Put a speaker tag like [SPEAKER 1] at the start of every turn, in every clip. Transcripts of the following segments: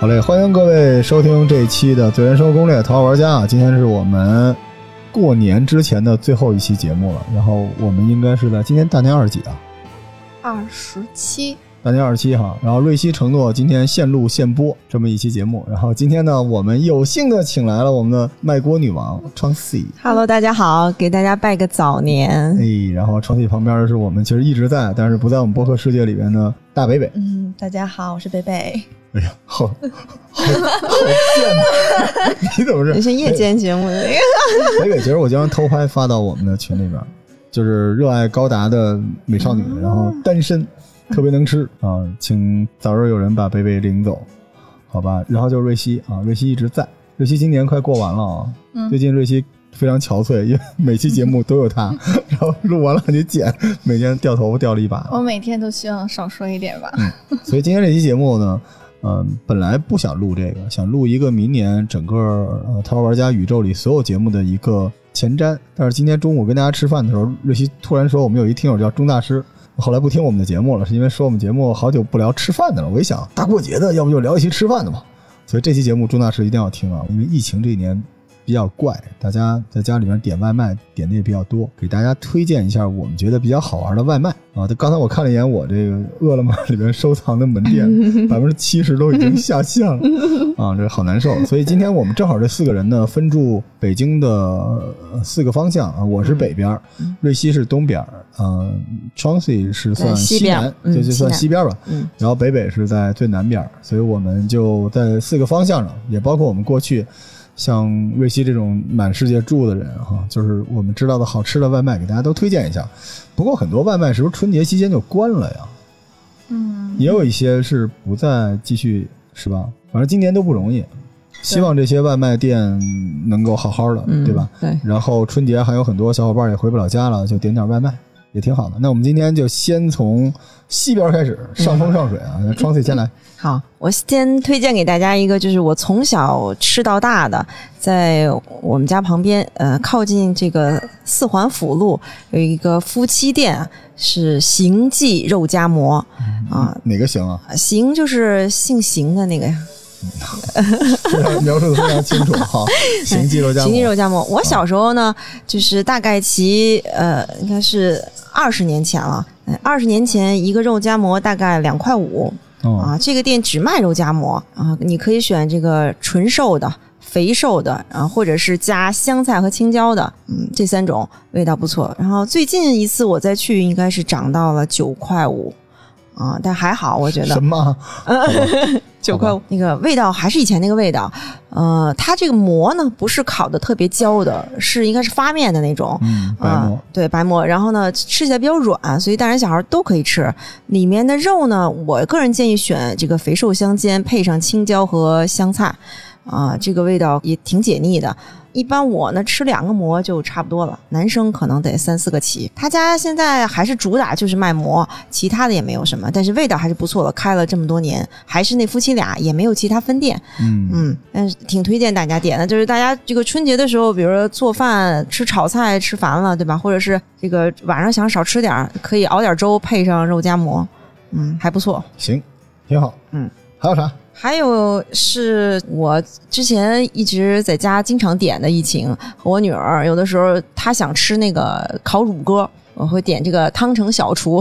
[SPEAKER 1] 好嘞，欢迎各位收听这一期的《最人生攻略》《头号玩家》啊，今天是我们过年之前的最后一期节目了。然后我们应该是在今天大年二十几啊，
[SPEAKER 2] 二十七，
[SPEAKER 1] 大年二十七哈。然后瑞希承诺今天现录现播这么一期节目。然后今天呢，我们有幸的请来了我们的卖锅女王川 C。
[SPEAKER 3] Hello，大家好，给大家拜个早年。
[SPEAKER 1] 哎，然后床戏旁边是我们其实一直在，但是不在我们播客世界里边的大北北。
[SPEAKER 2] 嗯，大家好，我是贝 贝。
[SPEAKER 1] 哎呀，好，好，好贱呐！ 你怎么
[SPEAKER 3] 也
[SPEAKER 1] 是？
[SPEAKER 3] 是夜间节目的那个，
[SPEAKER 1] 北北，其实我经常偷拍发到我们的群里边，就是热爱高达的美少女，然后单身，特别能吃啊，请早日有人把北北领走，好吧？然后就是瑞希啊，瑞希一直在，瑞希今年快过完了啊，
[SPEAKER 2] 嗯
[SPEAKER 1] 最近瑞希非常憔悴，因为每期节目都有她， 然后录完了你剪，每天掉头发掉了一把。
[SPEAKER 2] 我每天都希望少说一点吧。
[SPEAKER 1] 所以今天这期节目呢，嗯、本来不想录这个，想录一个明年整个呃《淘宝玩家》宇宙里所有节目的一个前瞻。但是今天中午跟大家吃饭的时候，瑞希突然说我们有一听友叫钟大师，后来不听我们的节目了，是因为说我们节目好久不聊吃饭的了。我一想，大过节的，要不就聊一期吃饭的吧。所以这期节目钟大师一定要听啊，因为疫情这一年比较怪，大家在家里面点外卖点的也比较多，给大家推荐一下我们觉得比较好玩的外卖啊。这刚才我看了一眼我这个饿了么里面收藏的门 店，百分之七十都已经下线了啊，这好难受。所以今天我们正好这四个人呢，分住北京的呃四个方向啊，我是北边儿，瑞希是东边儿，嗯 t r a n c y 是算
[SPEAKER 3] 嗯对西边
[SPEAKER 1] 南，
[SPEAKER 3] 嗯
[SPEAKER 1] 就就算
[SPEAKER 3] 西南
[SPEAKER 1] 西边儿吧。
[SPEAKER 3] 嗯，
[SPEAKER 1] 然后北北是在最南边儿，所以我们就在四个方向上，也包括我们过去像瑞希这种满世界住的人哈、就是我们知道的好吃的外卖给大家都推荐一下。不过很多外卖是不是春节期间就关了呀？
[SPEAKER 2] 嗯，
[SPEAKER 1] 也有一些是不再继续，是吧？反正今年都不容易，希望这些外卖店能够好好的，
[SPEAKER 3] 嗯
[SPEAKER 1] 对吧？？
[SPEAKER 3] 对，
[SPEAKER 1] 然后春节还有很多小伙伴也回不了家了，就点点外卖也挺好的。那我们今天就先从西边开始，上风上水啊，那窗 C 先来。
[SPEAKER 3] 好，我先推荐给大家一个，就是我从小吃到大的，在我们家旁边，呃，靠近这个四环辅路有一个夫妻店，是邢记肉夹馍啊。
[SPEAKER 1] 哪个行啊？
[SPEAKER 3] 邢就是姓邢的那个呀，
[SPEAKER 1] 非常描述的非常清楚 哈。行，记肉夹
[SPEAKER 3] 邢记
[SPEAKER 1] 馍。
[SPEAKER 3] 肉夹馍。我小时候呢，就是大概其呃，应该是二十年前了。嗯二十年前，一个肉夹馍大概两块五
[SPEAKER 1] 嗯，
[SPEAKER 3] 啊。这个店只卖肉夹馍啊，你可以选这个纯瘦的、肥瘦的，啊，或者是加香菜和青椒的，嗯，这三种味道不错。然后最近一次我再去，应该是涨到了九块五啊，但还好，我觉得
[SPEAKER 1] 什么？
[SPEAKER 3] 九块五，那个味道还是以前那个味道。呃，它这个馍呢不是烤的特别焦的，是应该是发面的那种。
[SPEAKER 1] 嗯，白
[SPEAKER 3] 啊
[SPEAKER 1] 馍。
[SPEAKER 3] 对白馍，然后呢，吃起来比较软，所以大人小孩都可以吃。里面的肉呢，我个人建议选这个肥瘦相间，配上青椒和香菜，啊、这个味道也挺解腻的。一般我呢吃两个馍就差不多了，男生可能得三四个起。他家现在还是主打就是卖馍，其他的也没有什么，但是味道还是不错的。开了这么多年，还是那夫妻俩，也没有其他分店，
[SPEAKER 1] 嗯，
[SPEAKER 3] 嗯，但是挺推荐大家点的，就是大家这个春节的时候，比如说做饭吃炒菜吃烦了，对吧？或者是这个晚上想少吃点儿，可以熬点粥配上肉夹馍，嗯，还不错。
[SPEAKER 1] 行，挺好。
[SPEAKER 3] 嗯，
[SPEAKER 1] 还有啥？
[SPEAKER 3] 还有是我之前一直在家经常点的疫情，我女儿有的时候她想吃那个烤乳鸽，我会点这个汤城小厨，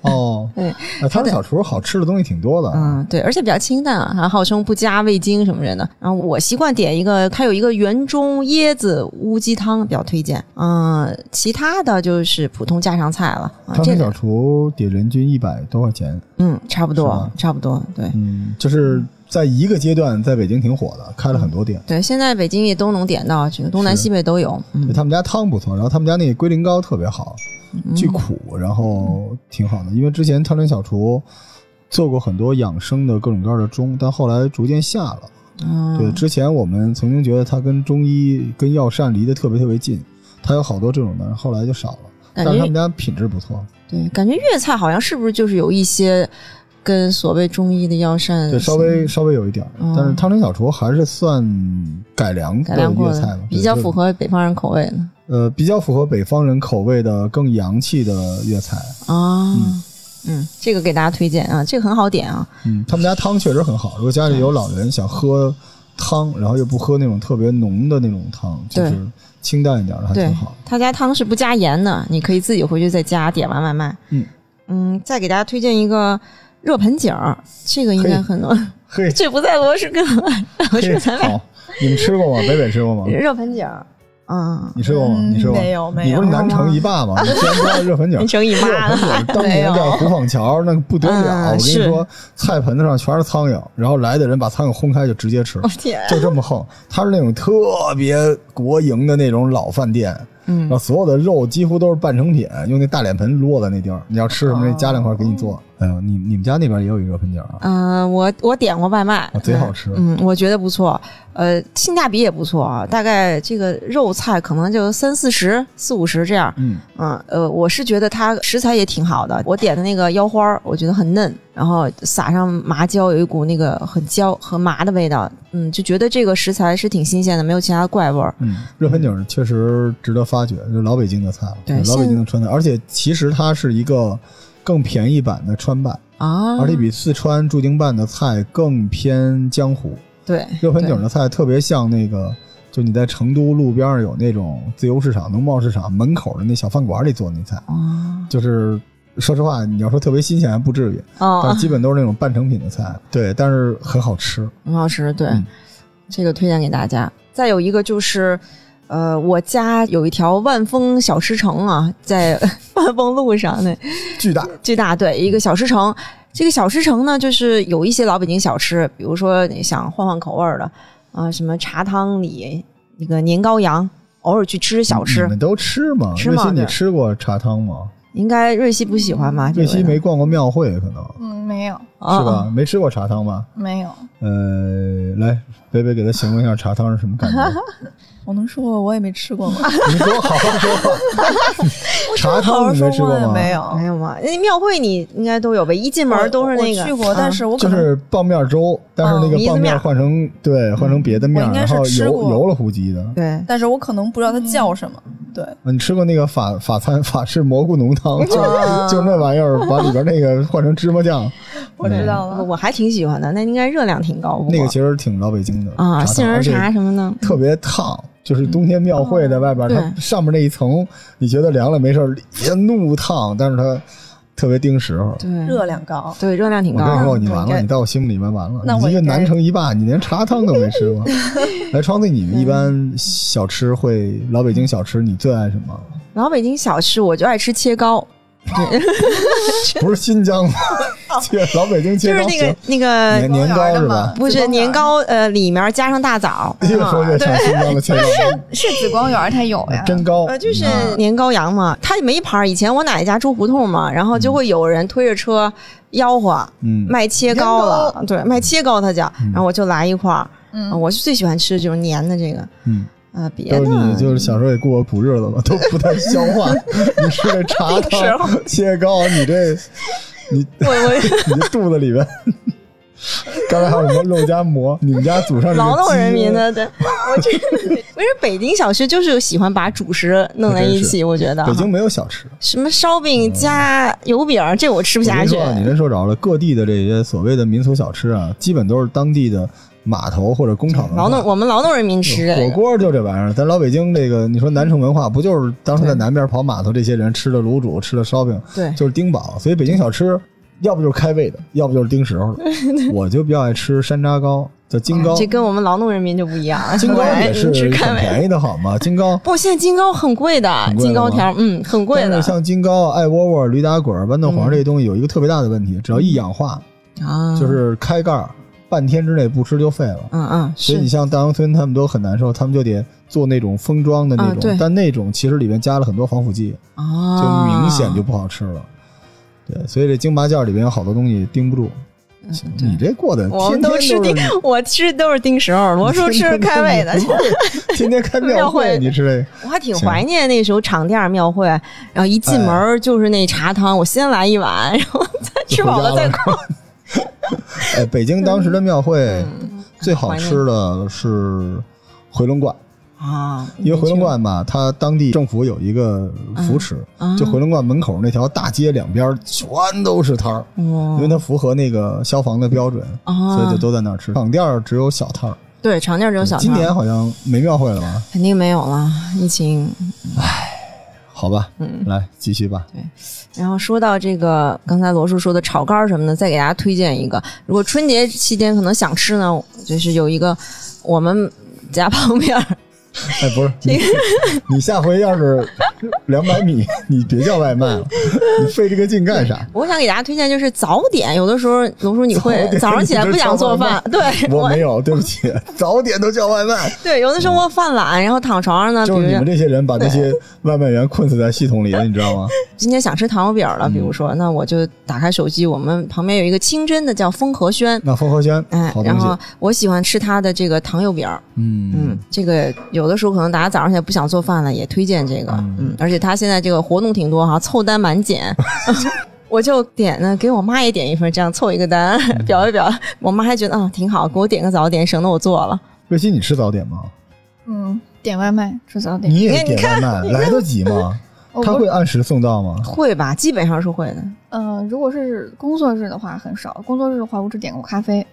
[SPEAKER 1] 哦，
[SPEAKER 3] 对
[SPEAKER 1] 啊，他们小厨好吃的东西挺多的。
[SPEAKER 3] 嗯，对，而且比较清淡啊，还号称不加味精什么人的。然后我习惯点一个，它有一个园中椰子乌鸡汤，比较推荐。嗯，其他的就是普通家常菜了。啊、
[SPEAKER 1] 他
[SPEAKER 3] 这
[SPEAKER 1] 们
[SPEAKER 3] 个
[SPEAKER 1] 小厨得人均一百多块钱。
[SPEAKER 3] 嗯，差不
[SPEAKER 1] 是
[SPEAKER 3] 多
[SPEAKER 1] 吧，
[SPEAKER 3] 差不多，对。
[SPEAKER 1] 嗯，就是在一个阶段，在北京挺火的，开了很多店。
[SPEAKER 3] 对，现在北京也都能点到，这个东南
[SPEAKER 1] 是
[SPEAKER 3] 西北都有。嗯
[SPEAKER 1] 对，他们家汤不错，然后他们家那个龟苓膏特别好，
[SPEAKER 3] 嗯
[SPEAKER 1] 巨苦，然后挺好的。因为之前汤臣小厨做过很多养生的各种各样的中，但后来逐渐下了。
[SPEAKER 3] 嗯，
[SPEAKER 1] 对，之前我们曾经觉得它跟中医、跟药膳离得特别特别近，它有好多这种的，后来就少了。但
[SPEAKER 3] 感
[SPEAKER 1] 是他
[SPEAKER 3] 觉
[SPEAKER 1] 们家品质不错，
[SPEAKER 3] 对，感觉粤菜好像是不是就是有一些跟所谓中医的药膳
[SPEAKER 1] 对，稍微稍微有一点儿，
[SPEAKER 3] 嗯
[SPEAKER 1] 但是汤臣小厨还是算改良
[SPEAKER 3] 改
[SPEAKER 1] 的
[SPEAKER 3] 良过
[SPEAKER 1] 粤菜
[SPEAKER 3] 的
[SPEAKER 1] 吧，，
[SPEAKER 3] 比
[SPEAKER 1] 对
[SPEAKER 3] 较
[SPEAKER 1] 就
[SPEAKER 3] 符合北方人口味的
[SPEAKER 1] 呃比较符合北方人口味的更洋气的粤菜。
[SPEAKER 3] 啊。
[SPEAKER 1] 嗯
[SPEAKER 3] 嗯，这个给大家推荐啊，这个很好点啊。
[SPEAKER 1] 嗯，他们家汤确实很好。如果家里有老人想喝汤，然后又不喝那种特别浓的那种汤，就
[SPEAKER 3] 对
[SPEAKER 1] 是清淡一点的，还
[SPEAKER 3] 对
[SPEAKER 1] 挺 好。，
[SPEAKER 3] 他家汤是不加盐的，你可以自己回去再加，点完外卖。
[SPEAKER 1] 嗯
[SPEAKER 3] 嗯再给大家推荐一个热盆景儿，这个应该
[SPEAKER 1] 嘿
[SPEAKER 3] 很多，
[SPEAKER 1] 嘿，
[SPEAKER 3] 这不在罗氏根，罗氏
[SPEAKER 1] 嘿
[SPEAKER 3] 咱俩
[SPEAKER 1] 好，你们吃过吗？北北吃过吗？
[SPEAKER 3] 热盆景儿，嗯，
[SPEAKER 1] 你吃过吗？
[SPEAKER 2] 嗯
[SPEAKER 1] 你吃过吗？
[SPEAKER 2] 没有没
[SPEAKER 1] 你不
[SPEAKER 2] 有
[SPEAKER 1] 是南城一霸吗？你居然不知道热粉饺
[SPEAKER 3] 你？成姨
[SPEAKER 1] 热
[SPEAKER 3] 妈
[SPEAKER 1] 粉饺
[SPEAKER 3] 了。
[SPEAKER 1] 啊当 年在胡坊桥那个不得了，
[SPEAKER 3] 嗯
[SPEAKER 1] 我跟你
[SPEAKER 3] 是
[SPEAKER 1] 说，菜盆子上全是苍蝇，然后来的人把苍蝇轰开就直接吃
[SPEAKER 3] 我，天，
[SPEAKER 1] 就这么横。它是那种特别国营的那种老饭店，然
[SPEAKER 3] 嗯
[SPEAKER 1] 后，所有的肉几乎都是半成品，用那大脸盆摞在那地儿。你要吃什么，那加两块给你做。哎呦，你你们家那边也有一热盆饺啊？
[SPEAKER 3] 嗯、我我点过外卖
[SPEAKER 1] 啊，贼好吃
[SPEAKER 3] 嗯，我觉得不错，呃，性价比也不错啊，大概这个肉菜可能就三四十、四五十这样。
[SPEAKER 1] 嗯，
[SPEAKER 3] 嗯，呃，我是觉得它食材也挺好的，我点的那个腰花儿，我觉得很嫩，然后撒上麻椒，有一股那个很焦和麻的味道，嗯，就觉得这个食材是挺新鲜的，没有其他怪味儿。
[SPEAKER 1] 嗯，热盆景确实值得发掘，就是老北京的菜了，
[SPEAKER 3] 对
[SPEAKER 1] 老北
[SPEAKER 3] 现
[SPEAKER 1] 京的川菜，而且其实它是一个更便宜版的川办，
[SPEAKER 3] 啊，
[SPEAKER 1] 而且比四川驻京办的菜更偏江湖。
[SPEAKER 3] 对
[SPEAKER 1] 热盆景
[SPEAKER 3] 对
[SPEAKER 1] 的菜特别像那个，就你在成都路边上有那种自由市场、农贸市场门口的那小饭馆里做的那菜，
[SPEAKER 3] 啊
[SPEAKER 1] 就是说实话，你要说特别新鲜还不至于，但
[SPEAKER 3] 哦，
[SPEAKER 1] 基本都是那种半成品的菜， 对，但是很好吃。
[SPEAKER 3] 很好吃，对，
[SPEAKER 1] 嗯
[SPEAKER 3] 这个推荐给大家。再有一个就是，呃，我家有一条万丰小吃城啊，在 万丰路上那
[SPEAKER 1] 巨大，
[SPEAKER 3] 巨大对一个小吃城。这个小吃城呢，就是有一些老北京小吃，比如说你想换换口味儿的啊、什么茶汤里那个年糕羊，偶尔去吃小吃。
[SPEAKER 1] 你们都吃吗？
[SPEAKER 3] 吃
[SPEAKER 1] 瑞
[SPEAKER 3] 吗
[SPEAKER 1] 希，你
[SPEAKER 3] 对
[SPEAKER 1] 吃过茶汤吗？
[SPEAKER 3] 应该瑞希不喜欢吧？
[SPEAKER 1] 嗯瑞希
[SPEAKER 3] 这个
[SPEAKER 1] 没逛过庙会，可能
[SPEAKER 2] 嗯，没有
[SPEAKER 3] 啊
[SPEAKER 1] 是吧？没吃过茶汤吧？
[SPEAKER 2] 没有，
[SPEAKER 1] 呃，来，北北给他形容一下茶汤是什么感觉？
[SPEAKER 2] 我能说我也没吃过吗？
[SPEAKER 1] 你给我好好说话。茶汤你没吃过吗？哎
[SPEAKER 2] 没
[SPEAKER 3] 啊
[SPEAKER 2] 有，
[SPEAKER 3] 没有吗？那庙会你应该都有呗，一进门都是那个。
[SPEAKER 2] 我
[SPEAKER 3] 啊
[SPEAKER 2] 去过，但是我可
[SPEAKER 1] 就
[SPEAKER 2] 能
[SPEAKER 1] 是棒面粥，但是那
[SPEAKER 3] 哦
[SPEAKER 1] 个
[SPEAKER 3] 迷子
[SPEAKER 1] 棒
[SPEAKER 3] 面
[SPEAKER 1] 面
[SPEAKER 3] 儿
[SPEAKER 1] 换成对换成别的面
[SPEAKER 2] 我
[SPEAKER 1] 儿，
[SPEAKER 2] 应该
[SPEAKER 1] 然
[SPEAKER 2] 是
[SPEAKER 1] 后
[SPEAKER 2] 吃
[SPEAKER 1] 油
[SPEAKER 2] 过
[SPEAKER 1] 油了糊唧的。
[SPEAKER 3] 对，
[SPEAKER 2] 但是我可能不知道它叫什么。对，
[SPEAKER 1] 啊你吃过那个法法餐 法式蘑菇浓汤，就
[SPEAKER 3] 啊
[SPEAKER 1] 就那玩意儿，把里边那个换成芝麻酱，
[SPEAKER 2] 我知道了。
[SPEAKER 3] 我还挺喜欢的，那应该热量挺高。不过
[SPEAKER 1] 那个其实挺老北京的
[SPEAKER 3] 啊，
[SPEAKER 1] 茶
[SPEAKER 3] 杏
[SPEAKER 1] 汤
[SPEAKER 3] 仁
[SPEAKER 1] 而且
[SPEAKER 3] 茶什么的，
[SPEAKER 1] 特别烫，就是冬天庙会在外边，
[SPEAKER 3] 嗯
[SPEAKER 1] 它上面那一层你觉得凉了没事儿，也怒烫，但是它特别盯时候。
[SPEAKER 3] 对，
[SPEAKER 2] 热量高，
[SPEAKER 3] 对热量挺
[SPEAKER 1] 我
[SPEAKER 3] 高
[SPEAKER 1] 跟你
[SPEAKER 3] 的。
[SPEAKER 1] 说，你完
[SPEAKER 2] 我应
[SPEAKER 1] 了，
[SPEAKER 2] 该
[SPEAKER 1] 你在我心里面完了。
[SPEAKER 2] 那我
[SPEAKER 1] 你一个
[SPEAKER 2] 应该
[SPEAKER 1] 南城一霸，你连茶汤都没吃 过。来，窗子，你们一般小吃会老北京小吃，你最爱什 么？
[SPEAKER 3] 老北京小吃我就爱吃切糕，
[SPEAKER 1] 不是新疆吗？切老北京
[SPEAKER 3] 哦就
[SPEAKER 1] 切
[SPEAKER 3] 是
[SPEAKER 1] 糕，
[SPEAKER 3] 那
[SPEAKER 1] 行
[SPEAKER 3] 个呃那个
[SPEAKER 1] 年年糕是 吧？
[SPEAKER 3] 不是年糕，呃，里面加上大枣，嗯
[SPEAKER 1] 越哎说越像新疆的 切糕，
[SPEAKER 2] 是紫光园它有呀，
[SPEAKER 1] 真糕
[SPEAKER 3] 呃，就是
[SPEAKER 1] 嗯
[SPEAKER 3] 年糕羊嘛，它也没牌儿。以前我奶奶家住胡同嘛，然后就会有人推着车吆喝
[SPEAKER 1] 嗯，
[SPEAKER 3] 卖切糕了，对，卖切糕他叫，然后我就来一块儿。
[SPEAKER 2] 嗯
[SPEAKER 3] 啊，我是最喜欢吃就是粘的这个，
[SPEAKER 1] 嗯，
[SPEAKER 3] 呃，别
[SPEAKER 1] 就是你
[SPEAKER 3] 的
[SPEAKER 1] 就是小时候也过苦日子了， 都不太消 化。你吃这茶汤切糕，你这你
[SPEAKER 3] 我 我
[SPEAKER 1] 你这肚子里边，刚才还有什么肉夹馍？你们家祖上是个
[SPEAKER 3] 劳动人
[SPEAKER 1] 饥
[SPEAKER 3] 民
[SPEAKER 1] 饿
[SPEAKER 3] 的，对，我这我这北京小吃就是喜欢把主食弄在一
[SPEAKER 1] 还真
[SPEAKER 3] 起，我觉得
[SPEAKER 1] 北京没有小吃，
[SPEAKER 3] 什么烧饼加油饼儿，这我吃不
[SPEAKER 1] 我
[SPEAKER 3] 下
[SPEAKER 1] 跟你
[SPEAKER 3] 去
[SPEAKER 1] 说。啊，你这说着了，各地的这些所谓的民俗小吃啊，基本都是当地的码头或者工厂文化
[SPEAKER 3] 嗯劳动我们劳动人民吃
[SPEAKER 1] 嗯火锅就这玩意儿，咱老北京这个，你说南城文化不就是当时在南边跑码头这些人吃的卤煮，吃的烧饼，
[SPEAKER 3] 对
[SPEAKER 1] 就是丁饱，所以北京小吃要不就是开胃的，要不就是盯时候 的。我就比较爱吃山楂糕，叫金糕，
[SPEAKER 3] 啊这跟我们劳动人民就不 一样。
[SPEAKER 1] 金哦 糕
[SPEAKER 3] 我爱
[SPEAKER 1] 也是
[SPEAKER 3] 吃
[SPEAKER 1] 很
[SPEAKER 3] 开胃。
[SPEAKER 1] 便宜的好吗？金糕。
[SPEAKER 3] 不，现在金糕很贵的
[SPEAKER 1] 很，贵
[SPEAKER 3] 金
[SPEAKER 1] 的吗
[SPEAKER 3] 糕条，嗯，很贵
[SPEAKER 1] 但
[SPEAKER 3] 的嗯
[SPEAKER 1] 是像金糕、艾窝窝、驴打滚、豌豆黄这些东西，有一个特别大的问题，只要一氧化，
[SPEAKER 3] 啊
[SPEAKER 1] 就是开盖儿，半天之内不吃就废了。
[SPEAKER 3] 嗯嗯，
[SPEAKER 1] 所以你
[SPEAKER 3] 是
[SPEAKER 1] 像大杨村他们都很难受，他们就得做那种封装的那
[SPEAKER 3] 啊
[SPEAKER 1] 种，
[SPEAKER 3] 对
[SPEAKER 1] 但那种其实里面加了很多防腐剂，就
[SPEAKER 3] 啊
[SPEAKER 1] 明显就不好吃了。对，所以这京八件里边有好多东西盯不住。你这过得
[SPEAKER 3] 嗯我
[SPEAKER 1] 天
[SPEAKER 3] 们
[SPEAKER 1] 天
[SPEAKER 3] 都吃
[SPEAKER 1] 是
[SPEAKER 3] 丁， 我吃都是丁时候，罗叔吃开 胃的
[SPEAKER 1] 你。 天天都是天天开庙
[SPEAKER 3] 庙
[SPEAKER 1] 会
[SPEAKER 3] 会
[SPEAKER 1] 你吃这个。
[SPEAKER 3] 我还挺
[SPEAKER 1] 行
[SPEAKER 3] 怀念那时候场店庙会，然后一进门儿就是那茶汤，我先来一碗，然后再吃饱了
[SPEAKER 1] 就回家
[SPEAKER 3] 再
[SPEAKER 1] 了
[SPEAKER 3] 逛。
[SPEAKER 1] 哎，北京当时的庙会
[SPEAKER 3] 嗯
[SPEAKER 1] 最好吃的是回龙观，
[SPEAKER 3] 啊，
[SPEAKER 1] 因为回龙观吧，它当地政府有一个扶持，
[SPEAKER 3] 啊
[SPEAKER 1] 就回龙观门口那条大街两边全都是摊儿，因为
[SPEAKER 3] 哦，
[SPEAKER 1] 它符合那个消防的标准，
[SPEAKER 3] 啊
[SPEAKER 1] 所以就都在那儿吃。场店儿只有小摊儿，
[SPEAKER 3] 对，常见这种小摊儿
[SPEAKER 1] 今年好像没庙会了吧？
[SPEAKER 3] 肯定没有了，疫情。
[SPEAKER 1] 好吧，
[SPEAKER 3] 嗯
[SPEAKER 1] 来继续吧。
[SPEAKER 3] 然后说到这个，刚才罗叔说的炒肝儿什么的，再给大家推荐一个。如果春节期间可能想吃呢，就是有一个我们家旁边儿
[SPEAKER 1] 哎，不是你，你下回要是两百米，你别叫外卖了，你费这个劲干啥？
[SPEAKER 3] 我想给大家推荐就是早点，有的时候龙叔你
[SPEAKER 1] 早
[SPEAKER 3] 会
[SPEAKER 1] 点
[SPEAKER 3] 早上起来不想做饭，对
[SPEAKER 1] 我没有，对不起， 早点都叫外卖。
[SPEAKER 3] 对，有的时候我犯懒，然后躺床上呢，比
[SPEAKER 1] 就是
[SPEAKER 3] 如
[SPEAKER 1] 你们
[SPEAKER 3] 说
[SPEAKER 1] 这些人把那些外卖员困死在系统里了，你知道吗？
[SPEAKER 3] 今天想吃糖油饼了，
[SPEAKER 1] 嗯
[SPEAKER 3] 比如说，那我就打开手机，我们旁边有一个清真的叫风和轩，
[SPEAKER 1] 那风和轩，
[SPEAKER 3] 哎
[SPEAKER 1] 好，
[SPEAKER 3] 然
[SPEAKER 1] 东西
[SPEAKER 3] 后，我喜欢吃它的这个糖油饼儿，嗯
[SPEAKER 1] 嗯，，
[SPEAKER 3] 这个有的时候可能大家早上起来不想做饭了，也推荐这个。
[SPEAKER 1] 嗯
[SPEAKER 3] 嗯，而且它现在这个活动挺多哈，凑单 满减。我就点呢，给我妈也点一份，这样凑一个单，
[SPEAKER 1] 嗯
[SPEAKER 3] 表一表。我妈还觉得啊、挺好，给我点个早点，省得我做了。
[SPEAKER 1] 瑞希，你吃早点吗？
[SPEAKER 2] 嗯，点外卖吃早点，
[SPEAKER 1] 你也
[SPEAKER 2] 你
[SPEAKER 1] 点
[SPEAKER 2] 看
[SPEAKER 1] 外卖，来得及吗？
[SPEAKER 2] 我
[SPEAKER 1] 他
[SPEAKER 2] 不
[SPEAKER 1] 会按时送到吗？
[SPEAKER 3] 会吧，基本上是会的。
[SPEAKER 2] 嗯、如果是工作日的话很少，工作日的话我只点过咖啡，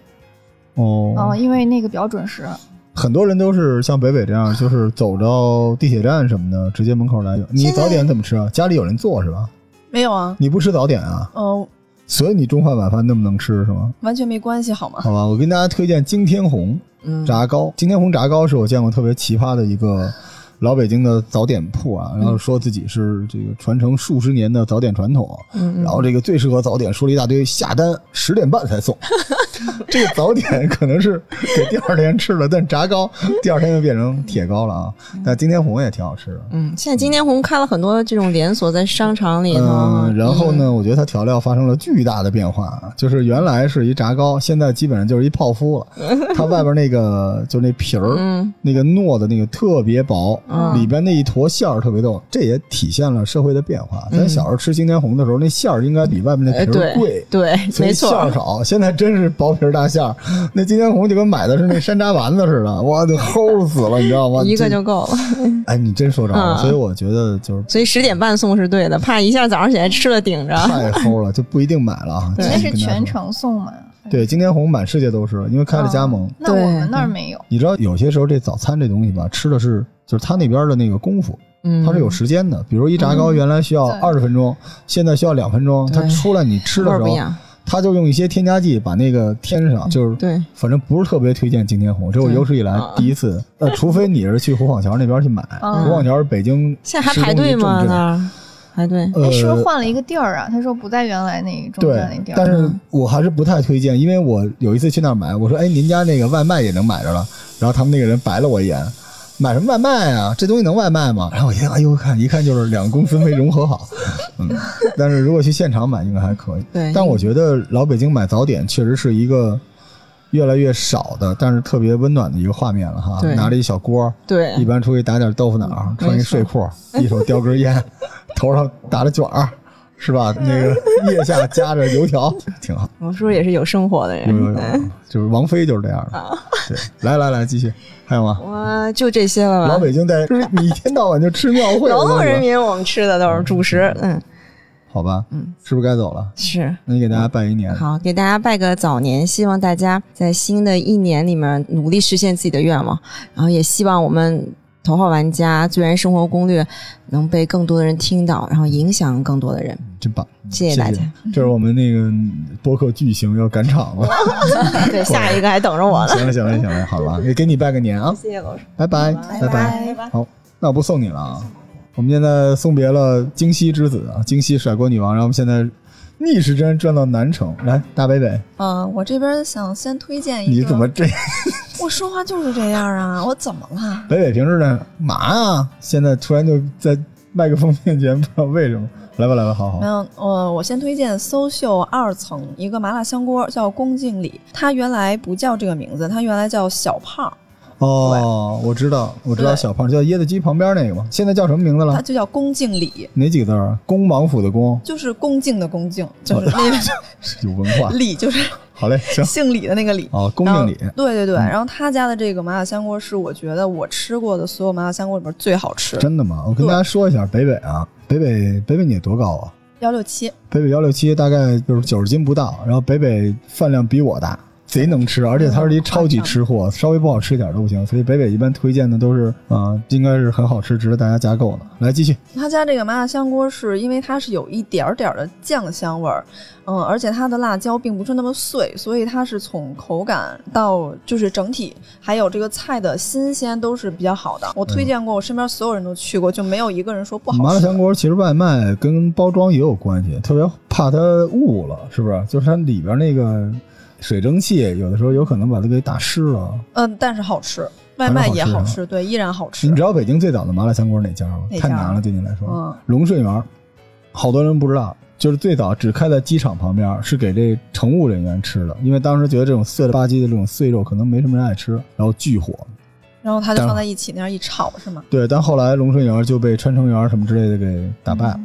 [SPEAKER 2] 嗯、
[SPEAKER 1] 哦，
[SPEAKER 2] 因为那个比较准时。
[SPEAKER 1] 很多人都是像北北这
[SPEAKER 4] 啊
[SPEAKER 1] 样，就是走到地铁站什么的，直接门口来。你
[SPEAKER 3] 现在
[SPEAKER 1] 早点怎么吃啊？家里有人做是吧？
[SPEAKER 4] 没有啊，
[SPEAKER 1] 你不吃早点啊？
[SPEAKER 4] 呃，
[SPEAKER 1] 所以你中饭晚饭那么能吃是吗？
[SPEAKER 4] 完全没关系，好吗？
[SPEAKER 1] 好吧，我跟大家推荐惊天红
[SPEAKER 3] 嗯，
[SPEAKER 1] 炸糕。惊天红炸糕是我见过特别奇葩的一个老北京的早点铺
[SPEAKER 4] 嗯
[SPEAKER 1] 啊，然后说自己是这个传承数十年的早点传统，
[SPEAKER 3] 嗯
[SPEAKER 1] 然后这个最适合早点说了一大堆，下单十点半才送。这个早点可能是给第二天吃了，但炸糕第二天就变成铁糕了啊。但今天红也挺好吃的。
[SPEAKER 3] 嗯，现在今天红开了很多这种连锁，在商场里头。
[SPEAKER 1] 嗯，然后呢，我觉得它调料发生了巨大的变化，啊就是原来是一炸糕，现在基本上就是一泡芙 了。它外边那个就那皮儿，
[SPEAKER 3] 嗯？
[SPEAKER 1] 那个糯的那个特别薄，
[SPEAKER 3] 嗯
[SPEAKER 1] 里边那一坨馅儿特别逗，这也体现了社会的变化。咱小时候吃金天红的时候，那馅儿应该比外面那
[SPEAKER 3] 嗯，哎，
[SPEAKER 1] 皮儿
[SPEAKER 3] 对
[SPEAKER 1] 贵。
[SPEAKER 3] 对，
[SPEAKER 1] 所以
[SPEAKER 3] 没
[SPEAKER 1] 馅儿
[SPEAKER 3] 错。
[SPEAKER 1] 少，现在真是薄皮儿大馅儿。那金天红就跟买的是那山楂丸子似的，哇，就齁死了，你知道吗？
[SPEAKER 3] 一个
[SPEAKER 1] 这
[SPEAKER 3] 就够了，
[SPEAKER 1] 哎，你真说着了。
[SPEAKER 3] 嗯
[SPEAKER 1] 所以我觉得就是
[SPEAKER 3] 所以十点半送是对的，怕一下早上起来吃了顶着。
[SPEAKER 1] 太齁了，就不一定买了啊。
[SPEAKER 3] 啊对
[SPEAKER 2] 那是
[SPEAKER 1] 跟大家说
[SPEAKER 2] 全程送嘛？哦
[SPEAKER 1] 对，今天红满世界都是，因为开了加盟。
[SPEAKER 2] 那我
[SPEAKER 3] 对
[SPEAKER 2] 们那儿没有。
[SPEAKER 1] 你知道有些时候这早餐这东西吧，吃的是就是他那边的那个功夫，
[SPEAKER 3] 嗯，
[SPEAKER 1] 它是有时间的。比如一炸糕原来需要
[SPEAKER 2] 对
[SPEAKER 1] 二十分钟，现在需要两分钟。它
[SPEAKER 3] 对
[SPEAKER 1] 出来你吃
[SPEAKER 3] 味
[SPEAKER 1] 的
[SPEAKER 3] 儿
[SPEAKER 1] 时
[SPEAKER 3] 不一
[SPEAKER 1] 候，
[SPEAKER 3] 样。
[SPEAKER 1] 它就用一些添加剂把那个添上，就是
[SPEAKER 3] 对，
[SPEAKER 1] 反正不是特别推荐今天红，这是我
[SPEAKER 3] 对
[SPEAKER 1] 有史以来
[SPEAKER 3] 啊
[SPEAKER 1] 第一 次。呃，除非你是去虎坊桥那边去买，
[SPEAKER 2] 嗯
[SPEAKER 1] 虎坊桥是北京
[SPEAKER 3] 现在还
[SPEAKER 1] 市中
[SPEAKER 3] 排队
[SPEAKER 1] 心重
[SPEAKER 3] 吗？
[SPEAKER 1] 镇
[SPEAKER 3] 那儿排队。
[SPEAKER 2] 哎，是不
[SPEAKER 1] 呃
[SPEAKER 2] 是，换了一个地儿啊？他说不在原来那中
[SPEAKER 1] 对
[SPEAKER 2] 间那地，
[SPEAKER 1] 但
[SPEAKER 2] 儿。
[SPEAKER 1] 是
[SPEAKER 3] 嗯
[SPEAKER 1] 我还是不太推荐，因为我有一次去那儿买，我说：“哎，您家那个外卖也能买着了。”然后他们那个人白了我一眼：“买什么外卖啊？这东西能外卖吗？”然后我一看，哎呦，看一看就是两个公司没融合好。嗯，但是如果去现场买，应该还可以。
[SPEAKER 3] 对，
[SPEAKER 1] 但我觉得老北京买早点确实是一个越来越少的，但是特别温暖的一个画面了哈
[SPEAKER 3] 对。
[SPEAKER 1] 拿着一小锅，
[SPEAKER 3] 对
[SPEAKER 1] 一般出去打点豆腐脑儿，穿一睡裤，一手叼根烟，头上打着卷儿，是吧？
[SPEAKER 3] 嗯
[SPEAKER 1] 那个腋下夹着油 条，挺好。
[SPEAKER 3] 我叔也是有生活的
[SPEAKER 1] 有有
[SPEAKER 3] 人。
[SPEAKER 1] 有，就是王菲就是这样
[SPEAKER 3] 啊
[SPEAKER 1] 的。对，来来来，继续，还有 吗？
[SPEAKER 3] 我就这些了
[SPEAKER 1] 老
[SPEAKER 3] 吧。
[SPEAKER 1] 北京在， 就是你一天到晚就吃庙会，
[SPEAKER 3] 劳动
[SPEAKER 1] 我告诉你
[SPEAKER 3] 嗯人民，我们吃的都是主食。嗯，
[SPEAKER 1] 好吧？
[SPEAKER 3] 嗯，
[SPEAKER 1] 是不是该走了？
[SPEAKER 3] 是。
[SPEAKER 1] 那你给大家拜一年，
[SPEAKER 3] 好，给大家拜个早年，希望大家在新的一年里面努力实现自己的愿望，然后也希望我们头号玩家《最燃生活攻略》能被更多的人听到，然后影响更多的人。
[SPEAKER 1] 真棒！
[SPEAKER 3] 谢
[SPEAKER 1] 谢
[SPEAKER 3] 谢大家。
[SPEAKER 1] 这是我们那个播客巨星要赶场了。
[SPEAKER 3] 对，下一个还等着我呢。
[SPEAKER 1] 行了行了行了，好吧，也给你拜个年啊，
[SPEAKER 3] 谢谢老师，
[SPEAKER 1] 拜拜拜
[SPEAKER 2] 拜
[SPEAKER 3] 拜。
[SPEAKER 1] 好，那我不送你了啊。我们现在送别了京西之子啊，京西甩锅女王，然后我们现在逆时针转到南城，来大北北，
[SPEAKER 2] 嗯
[SPEAKER 4] 呃，我这边想先推荐一个，
[SPEAKER 1] 你怎么这
[SPEAKER 4] 我说话就是这样啊？我怎么了？
[SPEAKER 1] 北北平时呢嘛呀？现在突然就在麦克风面前，不 知道为什么，来吧来吧，好好
[SPEAKER 4] 没，有，呃，我先推荐搜秀二层一个麻辣香锅，叫宫敬礼。它原来不叫这个名字，它原来叫小胖，
[SPEAKER 1] 啊哦，我知道我知道
[SPEAKER 4] 对
[SPEAKER 1] 小胖叫椰子鸡旁边那个嘛，现在叫什么名字
[SPEAKER 4] 它
[SPEAKER 1] 了？
[SPEAKER 4] 就叫宫敬礼，
[SPEAKER 1] 哪几个字儿啊？恭王府的恭，
[SPEAKER 4] 就是恭敬的恭敬，就是那个。
[SPEAKER 1] 有文化
[SPEAKER 4] 礼就是
[SPEAKER 1] 好嘞，哦啊行，
[SPEAKER 4] 姓李的那个李。
[SPEAKER 1] 哦，恭
[SPEAKER 4] 然后
[SPEAKER 1] 敬礼，
[SPEAKER 4] 对对对，
[SPEAKER 1] 嗯
[SPEAKER 4] 然后他家的这个麻辣香锅是我觉得我吃过的所有麻辣香锅里边最好吃，
[SPEAKER 1] 真的吗？我跟大家说一下，北北啊，北北北北你多高啊？
[SPEAKER 4] 幺六七。
[SPEAKER 1] 北北幺六七大概就是九十斤不到，然后北北饭量比我大，贼能吃，而且他是
[SPEAKER 4] 嗯
[SPEAKER 1] 一超级吃货，稍微不好吃一点都不行。所以北北一般推荐的都是，啊、应该是很好吃，值得大家加购的。来继续，
[SPEAKER 4] 他家这个麻辣香锅是因为它是有一点儿点儿的酱香味儿，嗯，而且它的辣椒并不是那么碎，所以它是从口感到就是整体，还有这个菜的新鲜都是比较好的。我推荐过，我身边所有人都去过，就没有一个人说不好吃。
[SPEAKER 1] 嗯麻辣香锅其实外卖跟包装也有关系，特别怕它误了，是不是？就是它里边那个水蒸气，有的时候有可能把它给打湿了。
[SPEAKER 4] 嗯，但是好吃，外
[SPEAKER 1] 还是
[SPEAKER 4] 卖
[SPEAKER 1] 好
[SPEAKER 4] 也
[SPEAKER 1] 吃
[SPEAKER 4] 好
[SPEAKER 1] 啊
[SPEAKER 4] 吃，对，依然好吃
[SPEAKER 1] 你。知道北京最早的麻辣香锅是哪家吗？
[SPEAKER 4] 哪家
[SPEAKER 2] 啊
[SPEAKER 1] 太难了，对你来说。
[SPEAKER 4] 嗯，
[SPEAKER 1] 龙顺园，好多人不知道，就是最早只开在机场旁边，是给这乘务人员吃的，因为当时觉得这种碎了吧唧的这种碎肉可能没什么人爱吃，然后巨火。
[SPEAKER 4] 然后它就
[SPEAKER 1] 当然
[SPEAKER 4] 放在一起那样一炒是吗？
[SPEAKER 1] 对，但后来龙顺园就被川城园什么之类的给打败
[SPEAKER 2] 嗯
[SPEAKER 1] 了，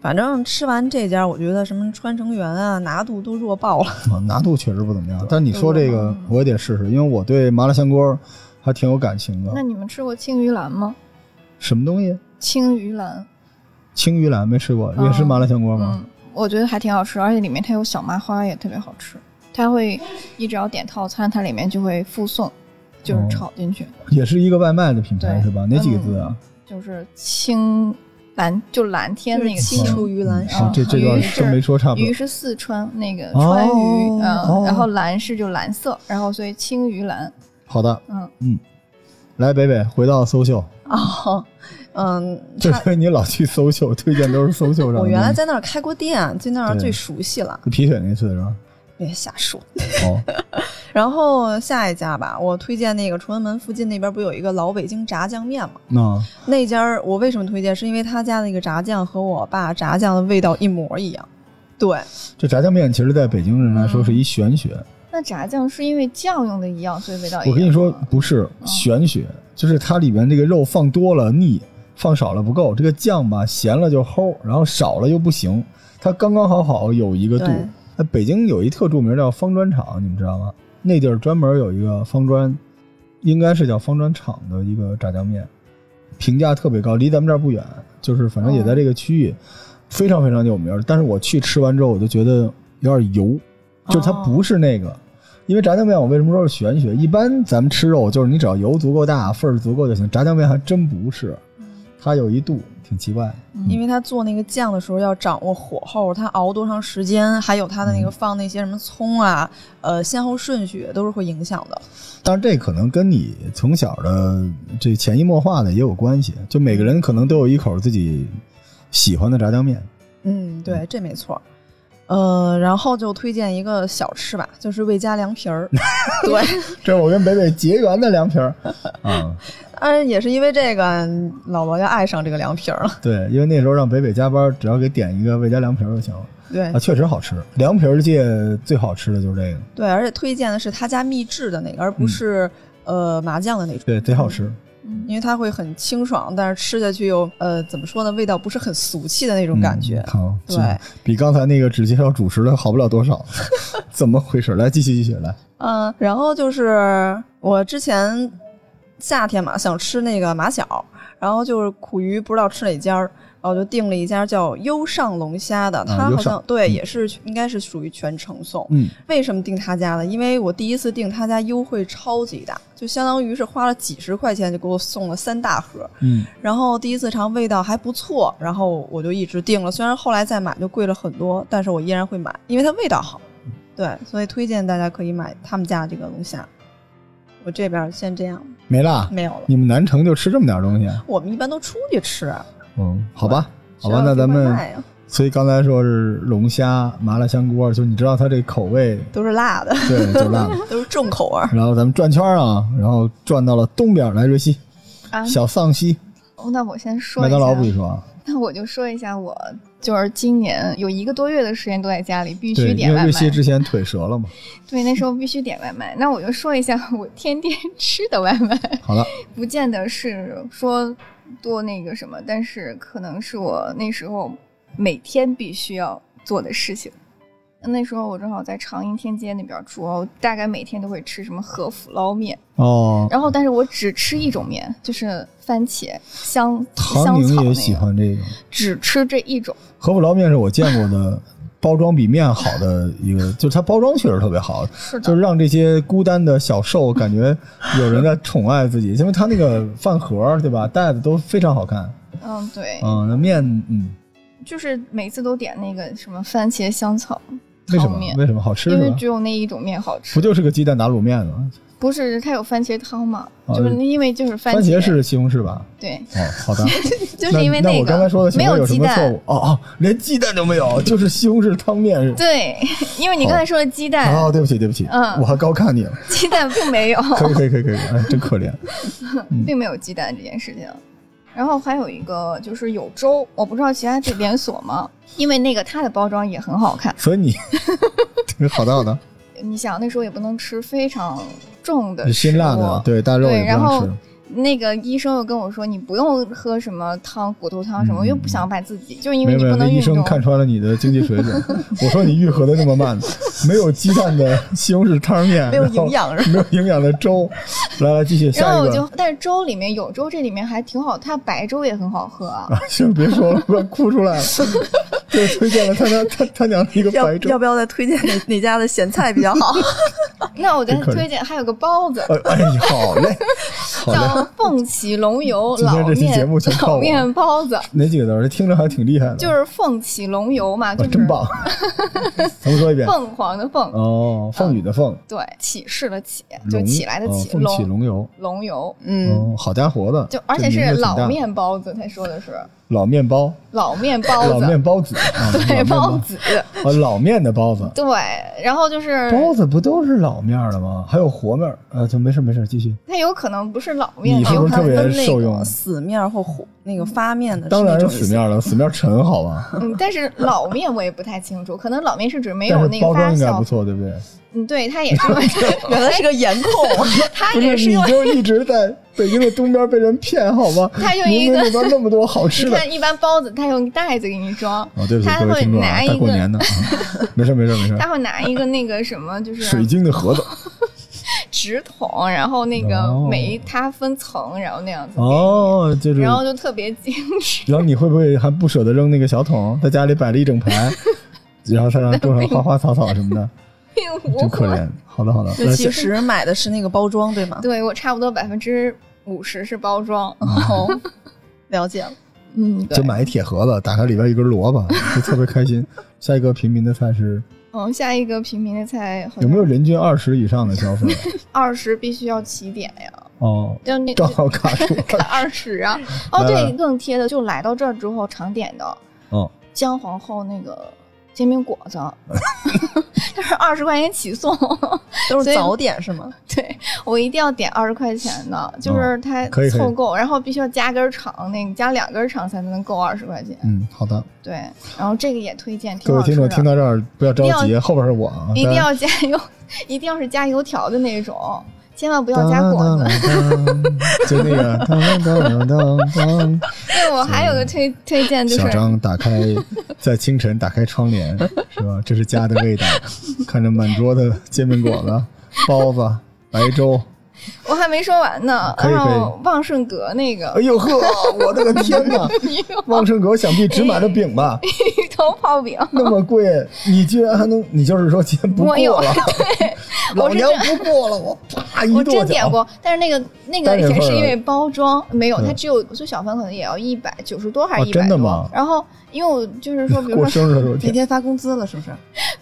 [SPEAKER 4] 反正吃完这家，我觉得什么川成园啊、拿度都弱爆了。
[SPEAKER 1] 啊拿度确实不怎么样。但你说这个
[SPEAKER 4] 嗯，
[SPEAKER 1] 我也得试试，因为我对麻辣香锅还挺有感情
[SPEAKER 2] 那
[SPEAKER 1] 的。
[SPEAKER 2] 你们吃过青鱼兰吗？
[SPEAKER 1] 什么东西？
[SPEAKER 2] 青鱼兰，
[SPEAKER 1] 青鱼兰没吃过，也是麻辣香锅吗
[SPEAKER 2] 嗯？，我觉得还挺好吃，而且里面它有小麻花，也特别好吃。它会，你只要点套餐，它里面就会附送，就是
[SPEAKER 1] 哦
[SPEAKER 2] 炒进去，
[SPEAKER 1] 也是一个外卖的品牌
[SPEAKER 2] 嗯对
[SPEAKER 1] 是吧？哪几个字啊？
[SPEAKER 2] 就是青蓝，就蓝天那个
[SPEAKER 4] 就是青
[SPEAKER 2] 青
[SPEAKER 4] 嗯出于蓝
[SPEAKER 1] 嗯
[SPEAKER 4] 山
[SPEAKER 1] 这这段
[SPEAKER 2] 鱼
[SPEAKER 1] 真
[SPEAKER 2] 是
[SPEAKER 1] 没说差不多
[SPEAKER 2] 鱼。是四川那个
[SPEAKER 1] 哦
[SPEAKER 2] 川渝，嗯、
[SPEAKER 1] 哦
[SPEAKER 2] 然后蓝是就蓝色，然后所以青鱼蓝，
[SPEAKER 1] 好的，
[SPEAKER 2] 嗯
[SPEAKER 1] 嗯，来北北回到搜秀，
[SPEAKER 4] 哦，嗯，
[SPEAKER 1] 就是 因为你老去搜秀，推荐都是搜秀上的东西。
[SPEAKER 4] 我原来在那儿开过店，对那儿
[SPEAKER 1] 对
[SPEAKER 4] 最熟悉了。
[SPEAKER 1] 皮腿那次是吧？
[SPEAKER 4] 别瞎说。
[SPEAKER 1] 哦，
[SPEAKER 4] 然后下一家吧，我推荐那个崇文门附近那边不有一个老北京炸酱面吗？
[SPEAKER 1] 那
[SPEAKER 4] 那家儿我为什么推荐？是因为他家那个炸酱和我爸炸酱的味道一模一样。对，
[SPEAKER 1] 这炸酱面其实在北京人来说是一玄学。
[SPEAKER 4] 嗯
[SPEAKER 2] 那炸酱是因为酱用的一样，所以味道一样。
[SPEAKER 1] 我跟你说，不是
[SPEAKER 4] 哎
[SPEAKER 1] 玄学，就是它里边这个肉放多了腻，放少了不够，这个酱吧咸了就齁，然后少了又不行，它刚刚好好有一个度
[SPEAKER 4] 对。
[SPEAKER 1] 那北京有一特著名叫方砖厂，你们知道吗？那地儿专门有一个方砖，应该是叫方砖厂的一个炸酱面，评价特别高，离咱们这儿不远，就是反正也在这个区域，非常非常有名儿。但是我去吃完之后，我就觉得有点油，就是它
[SPEAKER 4] 哦
[SPEAKER 1] 不是那个。因为炸酱面，我为什么说是玄学？一般咱们吃肉，就是你只要油足够大，份儿足够就行。炸酱面还真不是，它有一度，挺奇怪的。
[SPEAKER 4] 因为他做那个酱的时候要掌握火候，他熬多长时间，还有他的那个放那些什么葱啊，呃，先后顺序都是会影响的。
[SPEAKER 1] 但是这可能跟你从小的这潜移默化的也有关系。就每个人可能都有一口自己喜欢的炸酱面。
[SPEAKER 4] 嗯，对，这没错。呃，然后就推荐一个小吃吧，就是魏家凉皮儿。对，
[SPEAKER 1] 这是我跟北北结缘的凉皮 儿啊，
[SPEAKER 4] 当然也是因为这个，老罗就爱上这个凉皮儿 了。
[SPEAKER 1] 对，因为那时候让北北加班，只要给点一个魏家凉皮儿就行了
[SPEAKER 4] 对
[SPEAKER 1] 啊，确实好吃。凉皮儿界最好吃的就是这个，
[SPEAKER 4] 对，而且推荐的是他家秘制的那个，而
[SPEAKER 1] 嗯
[SPEAKER 4] 不是、呃麻酱的那种，
[SPEAKER 1] 对，贼好吃。
[SPEAKER 4] 因为它会很清爽，但是吃下去又呃怎么说呢，味道不是很俗气的那种感觉
[SPEAKER 1] 嗯。好，
[SPEAKER 4] 对
[SPEAKER 1] 这比刚才那个只介绍主食的好不了多少， 怎么回事？来，继续继续来，
[SPEAKER 4] 嗯，然后就是我之前夏天嘛，想吃那个马小，然后就是苦于不知道吃哪家儿，然后就订了一家叫优上龙虾的，它
[SPEAKER 1] 优
[SPEAKER 4] 好
[SPEAKER 1] 上
[SPEAKER 4] 像、对
[SPEAKER 1] 嗯
[SPEAKER 4] 也是应该是属于全程送。
[SPEAKER 1] 嗯，
[SPEAKER 4] 为什么订他家呢？因为我第一次订他家优惠超级大，就相当于是花了几十块钱就给我送了三大盒，
[SPEAKER 1] 嗯，
[SPEAKER 4] 然后第一次尝味道还不错，然后我就一直订了。虽然后来再买就贵了很多，但是我依然会买，因为它味道好。
[SPEAKER 1] 嗯
[SPEAKER 4] 对，所以推荐大家可以买他们家这个龙虾。我这边先这样，
[SPEAKER 1] 没啦，
[SPEAKER 4] 没有了。
[SPEAKER 1] 你们南城就吃这么点东西？啊
[SPEAKER 4] 我们一般都出去吃，啊
[SPEAKER 1] 嗯，好吧，好
[SPEAKER 4] 谁
[SPEAKER 1] 吧，
[SPEAKER 4] 要
[SPEAKER 1] 那
[SPEAKER 4] 订
[SPEAKER 1] 咱
[SPEAKER 4] 外
[SPEAKER 1] 们
[SPEAKER 4] 卖啊呀
[SPEAKER 1] 所以刚才说是龙虾、麻辣香锅，就你知道它这口 味，
[SPEAKER 4] 都是辣 的，
[SPEAKER 1] 对，就辣了。
[SPEAKER 4] 都是重口味儿。
[SPEAKER 1] 然后咱们转圈儿啊，然后转到了东边儿来，瑞希，
[SPEAKER 2] 啊，
[SPEAKER 1] 小丧西，
[SPEAKER 2] 哦那我先说
[SPEAKER 1] 麦
[SPEAKER 2] 一下，
[SPEAKER 1] 当劳不许说啊，
[SPEAKER 2] 那我就说一下我，就是今年有一个多月的时间都在家里，必须
[SPEAKER 1] 对，
[SPEAKER 2] 点
[SPEAKER 1] 因为
[SPEAKER 2] 外卖
[SPEAKER 1] 瑞。希之前腿折了嘛。
[SPEAKER 2] 对，那时候必须点外卖。那我就说一下我天天 吃的外卖，
[SPEAKER 1] 好了，
[SPEAKER 2] 不见得是说多那个什么，但是可能是我那时候每天必须要做的事情。那时候我正好在长阴天街那边住，我大概每天都会吃什么和府捞面，
[SPEAKER 1] 哦，
[SPEAKER 2] 然后但是我只吃一种面，就是番茄香
[SPEAKER 1] 唐
[SPEAKER 2] 香草
[SPEAKER 1] 宁
[SPEAKER 2] 那
[SPEAKER 1] 也
[SPEAKER 2] 个，
[SPEAKER 1] 喜欢这个
[SPEAKER 2] 只吃这一种。
[SPEAKER 1] 和府捞面，是我见过的包装比面好的一个， 就是它包装确实特别好，
[SPEAKER 2] 是
[SPEAKER 1] 就
[SPEAKER 2] 的
[SPEAKER 1] 是，让这些孤单的小兽感觉有人在宠爱自己，因为它那个饭盒对吧，袋子都非常好看，
[SPEAKER 2] 嗯，对，
[SPEAKER 1] 嗯，那面嗯，
[SPEAKER 2] 就是每次都点那个什么番茄香草
[SPEAKER 1] 为什
[SPEAKER 2] 汤
[SPEAKER 1] 么
[SPEAKER 2] 面
[SPEAKER 1] 为什么好吃
[SPEAKER 2] 因
[SPEAKER 1] 是
[SPEAKER 2] 为
[SPEAKER 1] 吧？
[SPEAKER 2] 只有那一种面好吃。
[SPEAKER 1] 不就是个鸡蛋打卤面吗？
[SPEAKER 2] 不是，它有番茄汤嘛？
[SPEAKER 1] 啊
[SPEAKER 2] 就是因为就是番
[SPEAKER 1] 番茄是西红柿吧？
[SPEAKER 2] 对，
[SPEAKER 1] 哦，好的，
[SPEAKER 2] 就是因为
[SPEAKER 1] 那我刚才
[SPEAKER 2] 个
[SPEAKER 1] 说的西
[SPEAKER 2] 没
[SPEAKER 1] 红柿
[SPEAKER 2] 有
[SPEAKER 1] 有什
[SPEAKER 2] 鸡
[SPEAKER 1] 么错
[SPEAKER 2] 蛋。
[SPEAKER 1] 误？哦哦，连鸡蛋都没有，就是西红柿汤面是。
[SPEAKER 2] 对， 因为你刚才说的鸡蛋，
[SPEAKER 1] 哦，对不起，对不起，
[SPEAKER 2] 嗯
[SPEAKER 1] 我还高看你了，
[SPEAKER 2] 鸡蛋并没有，
[SPEAKER 1] 可以，可以，可以，可以，哎，真可怜。
[SPEAKER 2] 并没有鸡蛋这件事情。然后还有一个就是有粥，我不知道其他这连锁吗？因为那个它的包装也很好看。
[SPEAKER 1] 所以 你，好的，好的，
[SPEAKER 2] 你想那时候也不能吃非常重的
[SPEAKER 1] 是
[SPEAKER 2] 食物，
[SPEAKER 1] 辛辣的，对，大肉
[SPEAKER 2] 呃对
[SPEAKER 1] 也不
[SPEAKER 2] 然
[SPEAKER 1] 让
[SPEAKER 2] 后
[SPEAKER 1] 吃。
[SPEAKER 2] 那个医生又跟我说，你不用喝什么汤、骨头汤什么，我又不想把自己，就是因
[SPEAKER 1] 嗯没有
[SPEAKER 2] 为你
[SPEAKER 1] 没有，
[SPEAKER 2] 不
[SPEAKER 1] 那
[SPEAKER 2] 能
[SPEAKER 1] 医
[SPEAKER 2] 运动
[SPEAKER 1] 生。看穿了你的经济水 准。我说你愈合的那么慢，没有鸡蛋的西红柿汤面，
[SPEAKER 4] 没有
[SPEAKER 1] 然后
[SPEAKER 4] 营养是吧
[SPEAKER 1] 没有营养的 粥。来来，继续
[SPEAKER 2] 然
[SPEAKER 1] 下
[SPEAKER 2] 后
[SPEAKER 1] 一个
[SPEAKER 2] 我
[SPEAKER 1] 啊
[SPEAKER 2] 就。，但是粥里面有粥，这里面还挺好，它白粥也很好喝啊。
[SPEAKER 1] 啊，行，别说了，快哭出 来了。对，推荐了他家他他娘的一个
[SPEAKER 4] 要
[SPEAKER 1] 白粥
[SPEAKER 4] 要。不要再推荐哪哪家的咸菜比较 好？
[SPEAKER 2] 那我再
[SPEAKER 1] 啊可以
[SPEAKER 2] 推荐还有个包子，
[SPEAKER 1] 呃， 哎，好 嘞，好嘞，
[SPEAKER 2] 叫凤起龙游
[SPEAKER 1] 今
[SPEAKER 2] 老
[SPEAKER 1] 天这期
[SPEAKER 2] 面
[SPEAKER 1] 节目全靠
[SPEAKER 2] 老
[SPEAKER 1] 我
[SPEAKER 2] 面包子，
[SPEAKER 1] 哪几个字儿？这听着还挺厉害的，
[SPEAKER 2] 就是凤起龙游嘛，
[SPEAKER 1] 哇
[SPEAKER 2] 就是
[SPEAKER 1] 真 棒。重说一遍。
[SPEAKER 2] 凤凰的凤，
[SPEAKER 1] 哦，凤雨的凤，
[SPEAKER 2] 对，起势的起，就
[SPEAKER 1] 龙
[SPEAKER 2] 起来的
[SPEAKER 1] 哦
[SPEAKER 2] 起，
[SPEAKER 1] 凤起
[SPEAKER 2] 龙
[SPEAKER 1] 龙游。
[SPEAKER 2] 龙游，
[SPEAKER 4] 嗯，
[SPEAKER 1] 哦，好家伙的，
[SPEAKER 2] 就而且
[SPEAKER 1] 这名
[SPEAKER 2] 是
[SPEAKER 1] 字挺大
[SPEAKER 2] 老面包子，他说的是
[SPEAKER 1] 老面包，
[SPEAKER 2] 老面包
[SPEAKER 1] 老
[SPEAKER 2] 子，
[SPEAKER 1] 面包 子，啊
[SPEAKER 2] 对，
[SPEAKER 1] 老
[SPEAKER 2] 包
[SPEAKER 1] 面
[SPEAKER 2] 子，
[SPEAKER 1] 包哦，老面的包子，
[SPEAKER 2] 对，然后就是
[SPEAKER 1] 包子不都是老面儿的吗？还有和面儿，呃，就没事没事，继续。
[SPEAKER 2] 它有可能不是老面
[SPEAKER 1] 你是
[SPEAKER 2] 包
[SPEAKER 1] 不是
[SPEAKER 2] 子
[SPEAKER 1] 特，别
[SPEAKER 4] 它分那
[SPEAKER 1] 受
[SPEAKER 4] 个
[SPEAKER 1] 用
[SPEAKER 4] 死面儿或糊那个发面的，
[SPEAKER 1] 当然
[SPEAKER 4] 是
[SPEAKER 1] 是
[SPEAKER 4] 那种意
[SPEAKER 1] 死
[SPEAKER 4] 思
[SPEAKER 1] 面儿了，死面儿沉，好吧？
[SPEAKER 2] 嗯，但是老面我也不太清楚，可能老面是指没
[SPEAKER 1] 但
[SPEAKER 2] 有
[SPEAKER 1] 是
[SPEAKER 2] 那
[SPEAKER 1] 包
[SPEAKER 2] 个发
[SPEAKER 1] 装应该不
[SPEAKER 2] 酵，
[SPEAKER 1] 错，对不对？
[SPEAKER 2] 嗯，对，它也是，
[SPEAKER 4] 原来是个颜控，啊
[SPEAKER 2] 它
[SPEAKER 1] 不
[SPEAKER 2] 也
[SPEAKER 1] 是，
[SPEAKER 2] 是
[SPEAKER 1] 你
[SPEAKER 2] 用，
[SPEAKER 1] 就一直在北京的东边被人骗，好吗？
[SPEAKER 2] 它用一
[SPEAKER 1] 明明
[SPEAKER 2] 个
[SPEAKER 1] 那边那么多好吃
[SPEAKER 2] 你
[SPEAKER 1] 的。
[SPEAKER 2] 看一般包子它用袋子给你装，
[SPEAKER 1] 哦，对不起，
[SPEAKER 2] 他
[SPEAKER 1] 各位
[SPEAKER 2] 会
[SPEAKER 1] 听众啊
[SPEAKER 2] 拿，一
[SPEAKER 1] 大过
[SPEAKER 2] 个
[SPEAKER 1] 年 的，啊没事没事没事。
[SPEAKER 2] 他会拿一个那个什么，就是
[SPEAKER 1] 嗯水晶的盒 子，
[SPEAKER 2] 纸筒，然后那个
[SPEAKER 1] 哦
[SPEAKER 2] 每一它分层，然后那样子，
[SPEAKER 1] 哦，就是，
[SPEAKER 2] 然后就特别精致。
[SPEAKER 1] 然后你会不会还不舍得扔那个小桶，在家里摆了一整排， 然后再让种上花花草草什么的，真可怜。好的好的，
[SPEAKER 4] 就
[SPEAKER 1] 那
[SPEAKER 4] 其实买的是那个包装，对吗？
[SPEAKER 2] 对我差不多百分之五十是包装，
[SPEAKER 4] 哦，了解了。
[SPEAKER 2] 嗯，
[SPEAKER 1] 啊
[SPEAKER 2] 对
[SPEAKER 1] 就，买一铁盒子，打开里边一根萝卜，就特别开心。下一个平民的菜是
[SPEAKER 2] 嗯，下一个平民的菜好像
[SPEAKER 1] 有没有人均二十以上的消费？
[SPEAKER 2] 二十必须要起点呀？
[SPEAKER 1] 哦，
[SPEAKER 2] 就那
[SPEAKER 1] 正好卡住了。
[SPEAKER 2] 二十 啊！哦，
[SPEAKER 1] 来来
[SPEAKER 2] 对，更贴的就来到这儿之后常点的
[SPEAKER 1] 哦，
[SPEAKER 2] 姜皇后那个煎饼果 子，它是二十块钱起送。
[SPEAKER 4] 都
[SPEAKER 2] 所
[SPEAKER 4] 是
[SPEAKER 2] 以
[SPEAKER 4] 早点是吗？
[SPEAKER 2] 对我一定要点二十块钱的，就是它
[SPEAKER 1] 可以嗯可以
[SPEAKER 2] 凑够，然后必须要加根肠，那个加两根肠才能够二十块钱。
[SPEAKER 1] 嗯，好的，
[SPEAKER 2] 对，然后这个也推荐，
[SPEAKER 1] 各
[SPEAKER 2] 挺
[SPEAKER 1] 位
[SPEAKER 2] 好吃
[SPEAKER 1] 听众听
[SPEAKER 2] 的。
[SPEAKER 1] 到这儿不要着
[SPEAKER 2] 一定
[SPEAKER 1] 急，后边是我啊，
[SPEAKER 2] 一
[SPEAKER 1] 大
[SPEAKER 2] 定
[SPEAKER 1] 家
[SPEAKER 2] 要加油， 一定要是加油条的那种，千万不要加果子。
[SPEAKER 1] 子，就那个当当当当
[SPEAKER 2] 对我还有个推推荐 就是
[SPEAKER 1] 小张打开，在清晨打开窗帘，是吧？这是家的味道。看着满桌的煎饼果子、包子、白粥，
[SPEAKER 2] 我还没说完呢，
[SPEAKER 1] 可以
[SPEAKER 2] 然
[SPEAKER 1] 可以
[SPEAKER 2] 后旺盛阁那个
[SPEAKER 1] 哎呦呵，我的个天哪！ 旺盛阁想必只买了饼吧？
[SPEAKER 2] 芋头泡饼，
[SPEAKER 1] 那么贵，你居然还能？你就是说钱不过
[SPEAKER 2] 我有
[SPEAKER 1] 了？老
[SPEAKER 2] 我是
[SPEAKER 1] 娘不过了，我啪一
[SPEAKER 2] 我
[SPEAKER 1] 跺
[SPEAKER 2] 真点
[SPEAKER 1] 脚。
[SPEAKER 2] 过，但是那个那个
[SPEAKER 1] 单人
[SPEAKER 2] 也
[SPEAKER 1] 份
[SPEAKER 2] 是
[SPEAKER 1] 儿
[SPEAKER 2] 因
[SPEAKER 1] 的
[SPEAKER 2] 为包装没有，
[SPEAKER 1] 嗯
[SPEAKER 2] 它只有最小份可能也要一百九十多还是
[SPEAKER 1] 哦
[SPEAKER 2] 一百
[SPEAKER 1] 真的
[SPEAKER 2] 多。
[SPEAKER 1] 吗
[SPEAKER 2] 然后因为我就 是说，比如
[SPEAKER 1] 过
[SPEAKER 2] 说
[SPEAKER 1] 生日的时候
[SPEAKER 4] 那
[SPEAKER 1] 点，
[SPEAKER 4] 天发工资了是不是？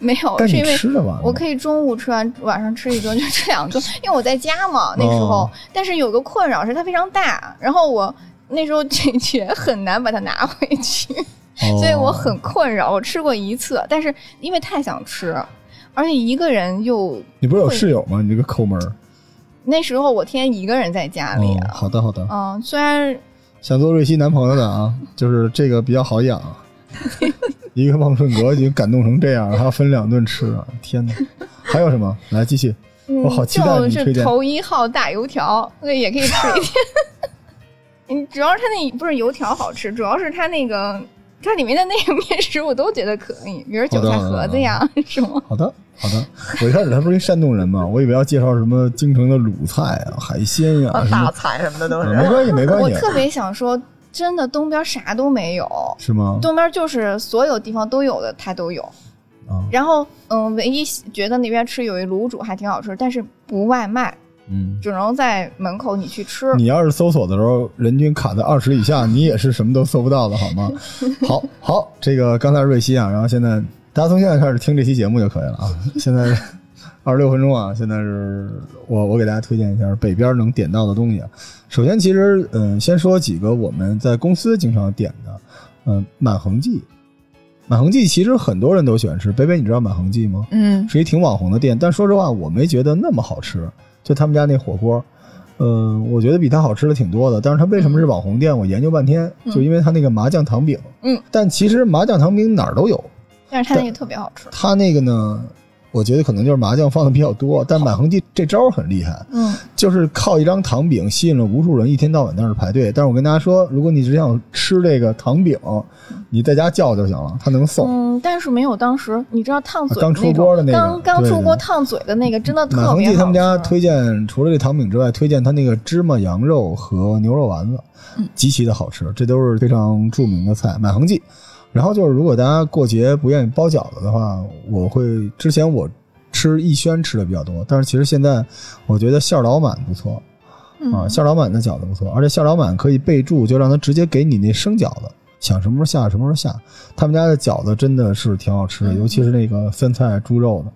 [SPEAKER 2] 没有，
[SPEAKER 1] 但
[SPEAKER 2] 是
[SPEAKER 1] 你
[SPEAKER 2] 因为
[SPEAKER 1] 吃得完吗？
[SPEAKER 2] 我可以中午吃完，晚上吃一顿，就吃两顿，因为我在家嘛那时候。
[SPEAKER 1] 哦
[SPEAKER 2] 但是有个困扰是它非常大，然后我那时候解决很难把它拿回去。
[SPEAKER 1] 哦，
[SPEAKER 2] 所以我很困扰。我吃过一次，但是因为太想吃，而且一个人又
[SPEAKER 1] 你不是有
[SPEAKER 2] 会
[SPEAKER 1] 室友吗？你这个抠门儿。
[SPEAKER 2] 那时候我天天一个人在家里
[SPEAKER 1] 哦，
[SPEAKER 2] 啊，
[SPEAKER 1] 好的好的。
[SPEAKER 2] 嗯，虽然
[SPEAKER 1] 想做瑞希男朋友的 啊，就是这个比较好养。一个旺顺阁已经感动成这样，还要分两顿吃啊！天哪，还有什么？来继续。
[SPEAKER 2] 嗯
[SPEAKER 1] 我好期待你推
[SPEAKER 2] 就是
[SPEAKER 1] 荐
[SPEAKER 2] 头一号大油 条，那也可以吃一天。嗯，主要是它那不是油条好吃，主要是它那个它里面的那个面食我都觉得可以，比如韭菜
[SPEAKER 1] 好的好的
[SPEAKER 2] 盒子呀什么。
[SPEAKER 1] 好的，好的。我一开始他不是一山东人嘛，我以为要介绍什么京城的鲁菜啊、海鲜
[SPEAKER 2] 哦
[SPEAKER 1] 呀、什么
[SPEAKER 4] 大菜什么的都
[SPEAKER 1] 啊的，没
[SPEAKER 4] 是。
[SPEAKER 1] 关系，没关
[SPEAKER 2] 我
[SPEAKER 1] 系，
[SPEAKER 2] 特别想说，真的东边啥都没有，
[SPEAKER 1] 是吗？
[SPEAKER 2] 东边就是所有地方都有的它都有。
[SPEAKER 1] 啊，
[SPEAKER 2] 然后嗯，唯一觉得那边吃有一卤煮还挺好吃，但是不外卖，
[SPEAKER 1] 嗯。
[SPEAKER 2] 只能在门口你去吃。
[SPEAKER 1] 你要是搜索的时候人均卡在二十以下，你也是什么都搜不到的，好吗？好好，这个刚才瑞希啊，然后现在大家从现在开始听这期节目就可以了啊。现在 二十六分钟啊，现在是我我给大家推荐一下北边能点到的东西啊。首先，其实嗯，先说几个我们在公司经常点的，嗯，满恒记。满恒记其实很多人都喜欢吃，北北你知道满恒记吗？
[SPEAKER 4] 嗯，
[SPEAKER 1] 是一挺网红的店，但说实话，我没觉得那么好吃。就他们家那火锅，呃，我觉得比它好吃的挺多的。但是它为什么是网红店，我研究半天，就因为它那个麻酱糖饼。
[SPEAKER 2] 嗯，
[SPEAKER 1] 但其实麻酱糖饼哪儿都有，
[SPEAKER 2] 但是它那个特别好吃。
[SPEAKER 1] 它那个呢，我觉得可能就是麻酱放的比较多。但满恒记这招儿很厉害，
[SPEAKER 2] 嗯，
[SPEAKER 1] 就是靠一张糖饼吸引了无数人一天到晚在那儿排队。但是我跟大家说，如果你只想吃这个糖饼，你在家叫就行了，它能送。
[SPEAKER 2] 嗯，但是没有当时你知道烫嘴
[SPEAKER 1] 啊刚
[SPEAKER 2] 的那
[SPEAKER 1] 出锅
[SPEAKER 2] 种，
[SPEAKER 1] 的那个
[SPEAKER 2] 刚刚
[SPEAKER 1] 对
[SPEAKER 2] 出
[SPEAKER 1] 对
[SPEAKER 2] 锅烫嘴的那个真的
[SPEAKER 1] 满
[SPEAKER 2] 特
[SPEAKER 1] 恒记
[SPEAKER 2] 别好吃。
[SPEAKER 1] 他们家推荐除了这糖饼之外，推荐他那个芝麻羊肉和牛肉丸子，
[SPEAKER 2] 嗯
[SPEAKER 1] 极其的好吃，这都是非常著名的菜。满恒记，然后就是如果大家过节不愿意包饺子的话，我会之前我吃逸轩吃的比较多，但是其实现在我觉得馅儿老满不错
[SPEAKER 2] 嗯
[SPEAKER 1] 啊，馅儿老满的饺子不错，而且馅儿老满可以备注，就让他直接给你那生饺子。想什么时候下什么时候下，他们家的饺子真的是挺好吃
[SPEAKER 2] 嗯
[SPEAKER 1] 的，尤其是那个酸菜猪肉的，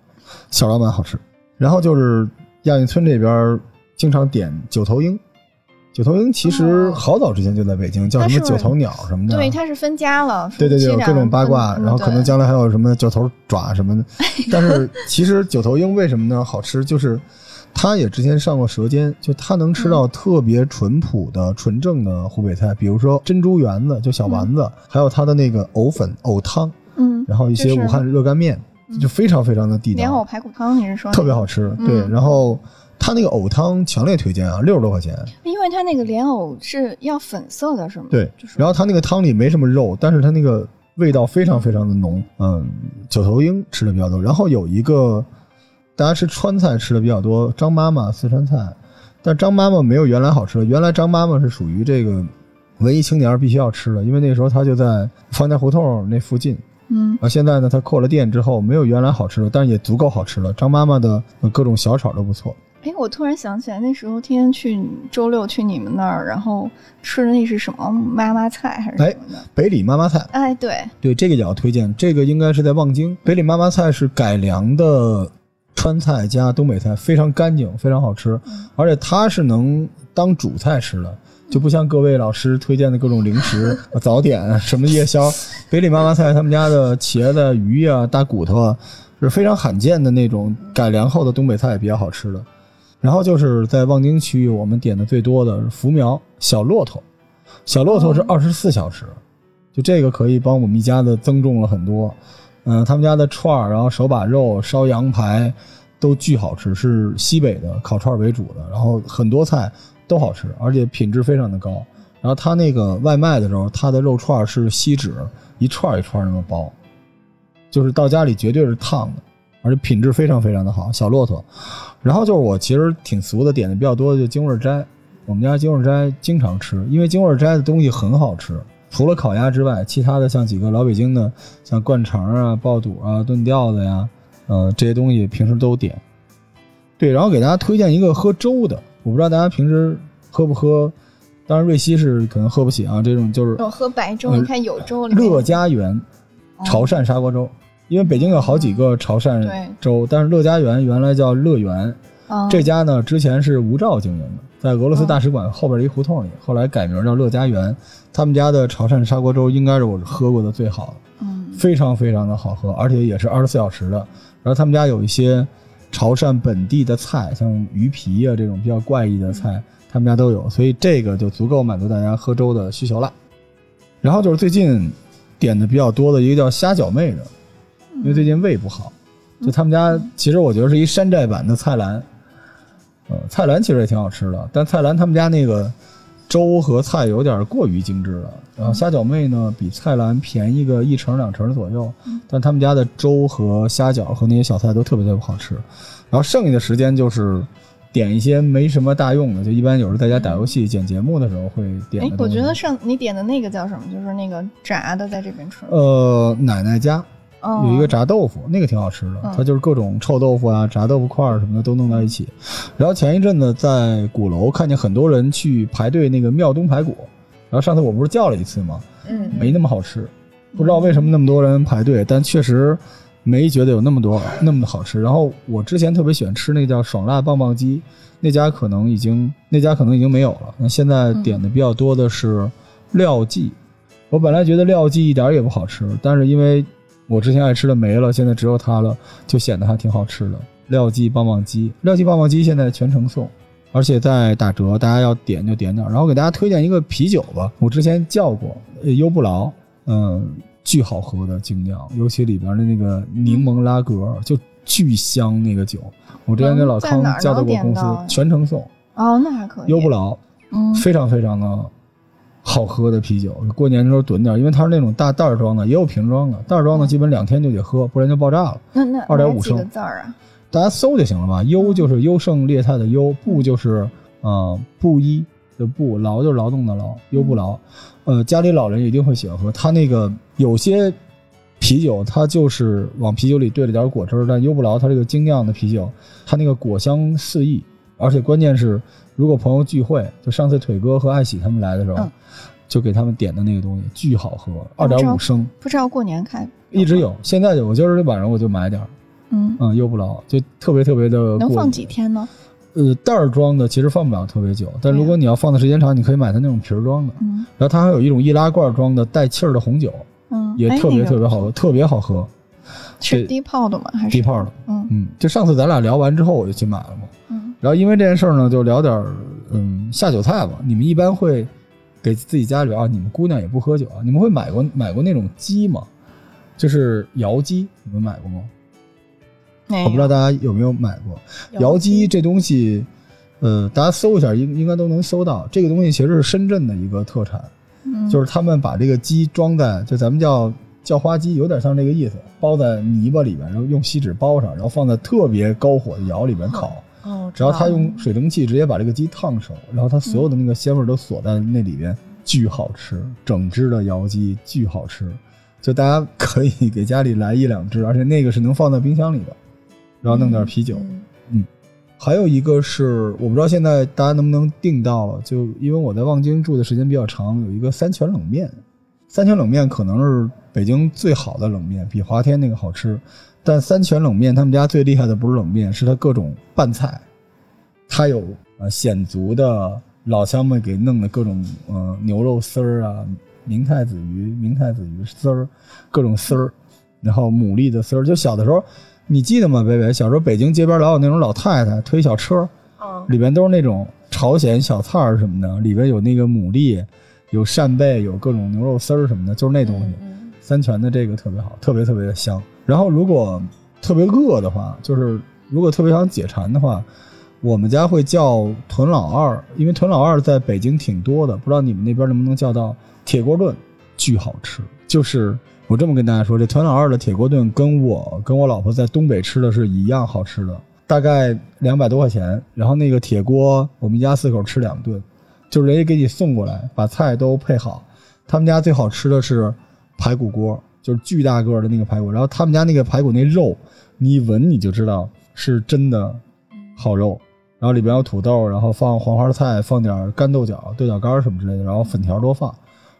[SPEAKER 1] 小老板好吃。然后就是亚运村这边儿经常点九头鹰，九头鹰其实
[SPEAKER 2] 哦
[SPEAKER 1] 好早之前就在北京，叫
[SPEAKER 2] 它
[SPEAKER 1] 什么
[SPEAKER 2] 是不
[SPEAKER 1] 九
[SPEAKER 2] 是
[SPEAKER 1] 头鸟什么的。
[SPEAKER 2] 对，它是分家了，
[SPEAKER 1] 对对对，有
[SPEAKER 2] 夫妻
[SPEAKER 1] 各种
[SPEAKER 2] 俩
[SPEAKER 1] 八
[SPEAKER 2] 分
[SPEAKER 1] 卦，
[SPEAKER 2] 嗯
[SPEAKER 1] 然后可能
[SPEAKER 2] 对
[SPEAKER 1] 将来还有什么九头爪什 么的。但是其实九头鹰为什么呢？好吃就是它也之前上过《舌尖》，就它能吃
[SPEAKER 2] 嗯
[SPEAKER 1] 到特别淳朴的、纯正的湖北菜，比如说珍珠圆子，就小丸子，还有它的那个藕粉、藕汤，
[SPEAKER 2] 嗯，
[SPEAKER 1] 然后一些
[SPEAKER 2] 就是
[SPEAKER 1] 武汉热干面，
[SPEAKER 2] 嗯
[SPEAKER 1] 就非常非常的地道。
[SPEAKER 2] 莲藕排骨汤，你是说
[SPEAKER 1] 特别？好吃，对。
[SPEAKER 2] 嗯
[SPEAKER 1] 然后它那个藕汤强烈推荐啊，六十多块钱。
[SPEAKER 2] 因为它那个莲藕是要粉色的，是吗？
[SPEAKER 1] 对
[SPEAKER 2] 就是
[SPEAKER 1] 然后它那个汤里没什么肉，但是它那个味道非常非常的浓。嗯，九头鹰吃的比较多，然后有一个大家吃川菜吃的比较多，张妈妈四川菜，但张妈妈没有原来好吃了。原来张妈妈是属于这个文艺青年儿必须要吃的，因为那时候她就在方家胡同那附近。
[SPEAKER 2] 嗯
[SPEAKER 1] 啊，现在呢，它扩了店之后，没有原来好吃了，但是也足够好吃了。张妈妈的呃各种小炒都不错。
[SPEAKER 2] 哎，我突然想起来，那时候天天去周六去你们那儿，然后吃的那是什么妈妈菜还是
[SPEAKER 1] 哎
[SPEAKER 2] 什么的？
[SPEAKER 1] 北里妈妈菜，
[SPEAKER 2] 哎，对，
[SPEAKER 1] 对这个也要推荐。这个应该是在望京，北里妈妈菜是改良的川菜加东北菜，非常干净，非常好吃，而且它是能当主菜吃的，就不像各位老师推荐的各种零食、早点什么夜宵。北里妈妈菜他们家的茄子、鱼啊、大骨头啊，是非常罕见的那种改良后的东北菜，也比较好吃的。然后就是在望京区域，我们点的最多的是福苗小骆驼，小骆驼是二十四小时。就这个可以帮我们一家子增重了很多。嗯、他们家的串儿，然后手把肉、烧羊排都巨好吃，是西北的烤串儿为主的，然后很多菜都好吃，而且品质非常的高。然后他那个外卖的时候，他的肉串儿是锡纸一串儿一串儿那么包，就是到家里绝对是烫的，而且品质非常非常的好。小骆驼，然后就是我其实挺俗的，点的比较多的就京味儿斋，我们家京味儿斋经常吃，因为京味儿斋的东西很好吃，除了烤鸭之外，其他的像几个老北京的，像灌肠啊、爆肚啊、炖吊子呀，呃，这些东西平时都点。对，然后给大家推荐一个喝粥的，我不知道大家平时喝不喝，当然瑞希是可能喝不起啊，这种就是
[SPEAKER 2] 我喝白粥，
[SPEAKER 1] 呃
[SPEAKER 2] 你看有粥里面
[SPEAKER 1] 乐家园潮汕砂锅粥，因为北京有好几个潮汕
[SPEAKER 2] 对
[SPEAKER 1] 粥，但是乐家园原来叫乐园，
[SPEAKER 2] 嗯
[SPEAKER 1] 这家呢之前是吴照经营的，在俄罗斯大使馆后边的一胡同里，后来改名叫乐家园。他们家的潮汕砂锅粥应该是我喝过的最好的，
[SPEAKER 2] 嗯
[SPEAKER 1] 非常非常的好喝，而且也是二十四小时的。然后他们家有一些潮汕本地的菜，像鱼皮啊这种比较怪异的菜，他们家都有，所以这个就足够满足大家喝粥的需求了。然后就是最近点的比较多的一个叫虾饺妹的，因为最近胃不好，就他们家
[SPEAKER 2] 嗯
[SPEAKER 1] 其实我觉得是一山寨版的菜篮，呃，菜篮其实也挺好吃的，但菜篮他们家那个粥和菜有点过于精致了。然后
[SPEAKER 2] 嗯
[SPEAKER 1] 虾饺妹呢，比菜篮便宜个一成两成左右，
[SPEAKER 2] 嗯
[SPEAKER 1] 但他们家的粥和虾饺和那些小菜都特别特别好吃。然后剩下的时间就是点一些没什么大用的，就一般有时候在家打游戏、剪节目的时候会点
[SPEAKER 2] 嗯
[SPEAKER 1] 的，
[SPEAKER 2] 哎我
[SPEAKER 1] 东西。
[SPEAKER 2] 觉得上你点的那个叫什么？就是那个炸的，在这边吃。
[SPEAKER 1] 呃，奶奶家
[SPEAKER 2] 嗯，
[SPEAKER 1] 有一个炸豆腐，那个挺好吃的
[SPEAKER 2] 嗯，
[SPEAKER 1] 它就是各种臭豆腐啊、炸豆腐块儿什么的都弄到一起。然后前一阵子在鼓楼看见很多人去排队那个庙东排骨，然后上次我不是叫了一次吗？
[SPEAKER 4] 嗯，
[SPEAKER 1] 没那么好吃，不知道为什么那么多人排队，但确实没觉得有那么多那么的好吃。然后我之前特别喜欢吃那个叫爽辣棒棒鸡，那家可能已经那家可能已经没有了。那现在点的比较多的是廖记，我本来觉得廖记一点儿也不好吃，但是因为我之前爱吃的没了，现在只有它了，就显得还挺好吃的。廖记棒棒鸡，廖记棒棒鸡现在全程送，而且在打折，大家要点就点点儿。然后给大家推荐一个啤酒吧，我之前叫过呃优布劳，嗯，巨好喝的精酿，尤其里边的那个柠檬拉格，就巨香那个酒。我之前跟老
[SPEAKER 2] 嗯在哪
[SPEAKER 1] 康
[SPEAKER 2] 儿
[SPEAKER 1] 叫到过公司
[SPEAKER 2] 能点到，
[SPEAKER 1] 全程送，
[SPEAKER 2] 哦，那还可以。
[SPEAKER 1] 优布劳，
[SPEAKER 2] 嗯，
[SPEAKER 1] 非常非常的好喝的啤酒。过年的时候囤点儿，因为它是那种大袋儿装的，也有瓶装的，袋儿
[SPEAKER 2] 嗯
[SPEAKER 1] 装的基本两天就得喝，不然就爆炸了。
[SPEAKER 2] 那那
[SPEAKER 1] 2.5
[SPEAKER 2] 哪几个
[SPEAKER 1] 升
[SPEAKER 2] 字儿啊？
[SPEAKER 1] 大家搜就行了吧？优就是优胜劣汰的优，不就是呃布衣的布，劳就是劳动的劳，优不劳。呃，家里老人一定会喜欢喝，他那个有些啤酒，它就是往啤酒里兑了点果汁儿，但优不劳它这个精酿的啤酒，它那个果香四溢，而且关键是，如果朋友聚会，就上次腿哥和爱喜他们来的时候，
[SPEAKER 2] 嗯
[SPEAKER 1] 就给他们点的那个东西巨好喝，二
[SPEAKER 2] 我知道
[SPEAKER 1] 点五升，
[SPEAKER 2] 不知道过年开。
[SPEAKER 1] 一直有，现在有，我今儿晚上我就买点儿，
[SPEAKER 2] 嗯，
[SPEAKER 1] 嗯，优不劳就特别特别的
[SPEAKER 2] 能
[SPEAKER 1] 过
[SPEAKER 2] 放
[SPEAKER 1] 瘾
[SPEAKER 2] 几天呢？
[SPEAKER 1] 呃，袋儿装的其实放不了特别久，但如
[SPEAKER 2] 啊
[SPEAKER 1] 果你要放的时间长，你可以买它那种瓶儿装的。
[SPEAKER 2] 嗯
[SPEAKER 1] 然后它还有一种易拉罐装的带气儿的红酒，
[SPEAKER 2] 嗯，
[SPEAKER 1] 也
[SPEAKER 2] 哎
[SPEAKER 1] 特别
[SPEAKER 2] 那个
[SPEAKER 1] 特别好喝，特别好喝，
[SPEAKER 2] 是
[SPEAKER 1] 对
[SPEAKER 2] 低泡的吗？还是
[SPEAKER 1] 低泡的。
[SPEAKER 2] 嗯
[SPEAKER 1] 嗯，就上次咱俩聊完之后，我就去买了嘛。
[SPEAKER 2] 嗯，
[SPEAKER 1] 然后因为这件事儿呢，就聊点儿嗯下酒菜吧。你们一般会给自己家里边啊，你们姑娘也不喝酒啊，你们会买过买过那种鸡吗？就是窑鸡，你们买过吗？
[SPEAKER 2] 嗯没
[SPEAKER 1] 我不知道
[SPEAKER 2] 有
[SPEAKER 1] 大家有没有买过。窑鸡嗯这东西，呃，大家搜一下，应应该都能搜到。这个东西其实是深圳的一个特产，
[SPEAKER 2] 嗯
[SPEAKER 1] 就是他们把这个鸡装在，就咱们叫叫花鸡，有点像这个意思，包在泥巴里边，然后用锡纸包上，然后放在特别高火的窑里边烤。
[SPEAKER 4] 哦，
[SPEAKER 1] 然后他用水蒸气直接把这个鸡烫熟，然后它所有的那个鲜味儿都锁在那里边，巨好吃，整只的窑鸡巨好吃，就大家可以给家里来一两只，而且那个是能放在冰箱里的，然后弄点啤酒，
[SPEAKER 4] 嗯
[SPEAKER 1] 还有一个是我不知道现在大家能不能订到了，就因为我在望京住的时间比较长，有一个三全冷面，三全冷面可能是北京最好的冷面，比华天那个好吃。但三全冷面他们家最厉害的不是冷面，是它各种拌菜，它有呃显族的老乡们给弄的各种呃牛肉丝儿啊，明太子鱼、明太子鱼丝儿，各种丝儿，然后牡蛎的丝儿。就小的时候，你记得吗，北北？小时候北京街边老有那种老太太推小车，
[SPEAKER 4] 啊，
[SPEAKER 1] 里边都是那种朝鲜小菜儿什么的，里边有那个牡蛎，有扇贝，有各种牛肉丝儿什么的，就是那东西。
[SPEAKER 4] 嗯
[SPEAKER 1] 三全的这个特别好，特别特别的香。然后如果特别饿的话，就是如果特别想解馋的话，我们家会叫屯老二，因为屯老二在北京挺多的，不知道你们那边能不能叫到铁锅炖，巨好吃。就是我这么跟大家说，这屯老二的铁锅炖跟我跟我老婆在东北吃的是一样好吃的，大概两百多块钱。然后那个铁锅，我们一家四口吃两顿，就是人家给你送过来，把菜都配好。他们家最好吃的是排骨锅，就是巨大个儿的那个排骨。然后他们家那个排骨那肉，你一闻你就知道是真的好肉。然后里边有土豆，然后放黄花菜，放点干豆角、豆角干儿什么之类的，然后粉条多放。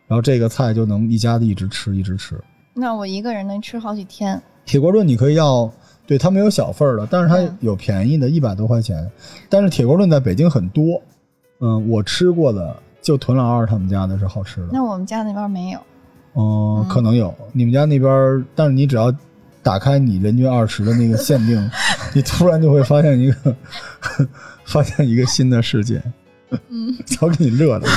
[SPEAKER 1] 然后这个菜就能一家子一直吃，一直吃。
[SPEAKER 2] 那我一个人能吃好几天。
[SPEAKER 1] 铁锅炖你可以要，对它没有小份儿的，但是它
[SPEAKER 2] 嗯
[SPEAKER 1] 有便宜的，一百多块钱。但是铁锅炖在北京很多，嗯，我吃过的就屯老二他们家的是好吃的。
[SPEAKER 2] 那我们家那边没有。
[SPEAKER 1] 嗯，可能有。你们家那边儿，但是你只要打开你人均二十的那个限定， 你突然就会发现一个 发现一个新的世界。嗯， 早给你乐的。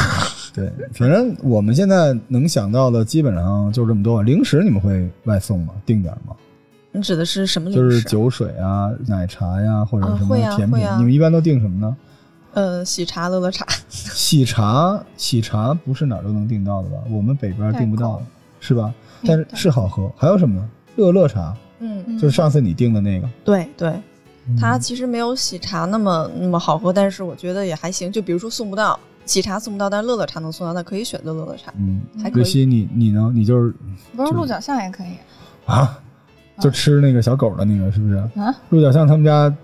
[SPEAKER 1] 对，反正我们现在能想到的基本上就是这么多。零食你们会外送吗？定点吗？
[SPEAKER 4] 你指的是什么零
[SPEAKER 1] 就是
[SPEAKER 4] 食？
[SPEAKER 1] 酒水啊、奶茶呀、或者
[SPEAKER 4] 啊
[SPEAKER 1] 什么
[SPEAKER 4] 会啊
[SPEAKER 1] 甜品，
[SPEAKER 4] 会啊
[SPEAKER 1] 你们一般都订什么呢？
[SPEAKER 4] 呃，喜茶乐乐茶，
[SPEAKER 1] 喜茶，喜茶不是哪儿都能订到的吧？我们北边儿订不到
[SPEAKER 4] 太，
[SPEAKER 1] 是吧？但是
[SPEAKER 2] 对
[SPEAKER 1] 是好喝。还有什么呢？乐乐茶，
[SPEAKER 4] 嗯，
[SPEAKER 1] 就是上次你订的那个。
[SPEAKER 4] 对对，它
[SPEAKER 1] 嗯
[SPEAKER 4] 其实没有喜茶那么那么好喝，但是我觉得也还行。就比如说送不到喜茶送不到，但是乐乐茶能送到，那可以选择乐乐茶。
[SPEAKER 1] 嗯，
[SPEAKER 4] 还可
[SPEAKER 1] 瑞
[SPEAKER 4] 以
[SPEAKER 1] 希，你你呢？你就是
[SPEAKER 2] 不是鹿角巷也可以
[SPEAKER 1] 啊，就吃那个小狗的那个是不是？
[SPEAKER 2] 啊？
[SPEAKER 1] 鹿角巷他们家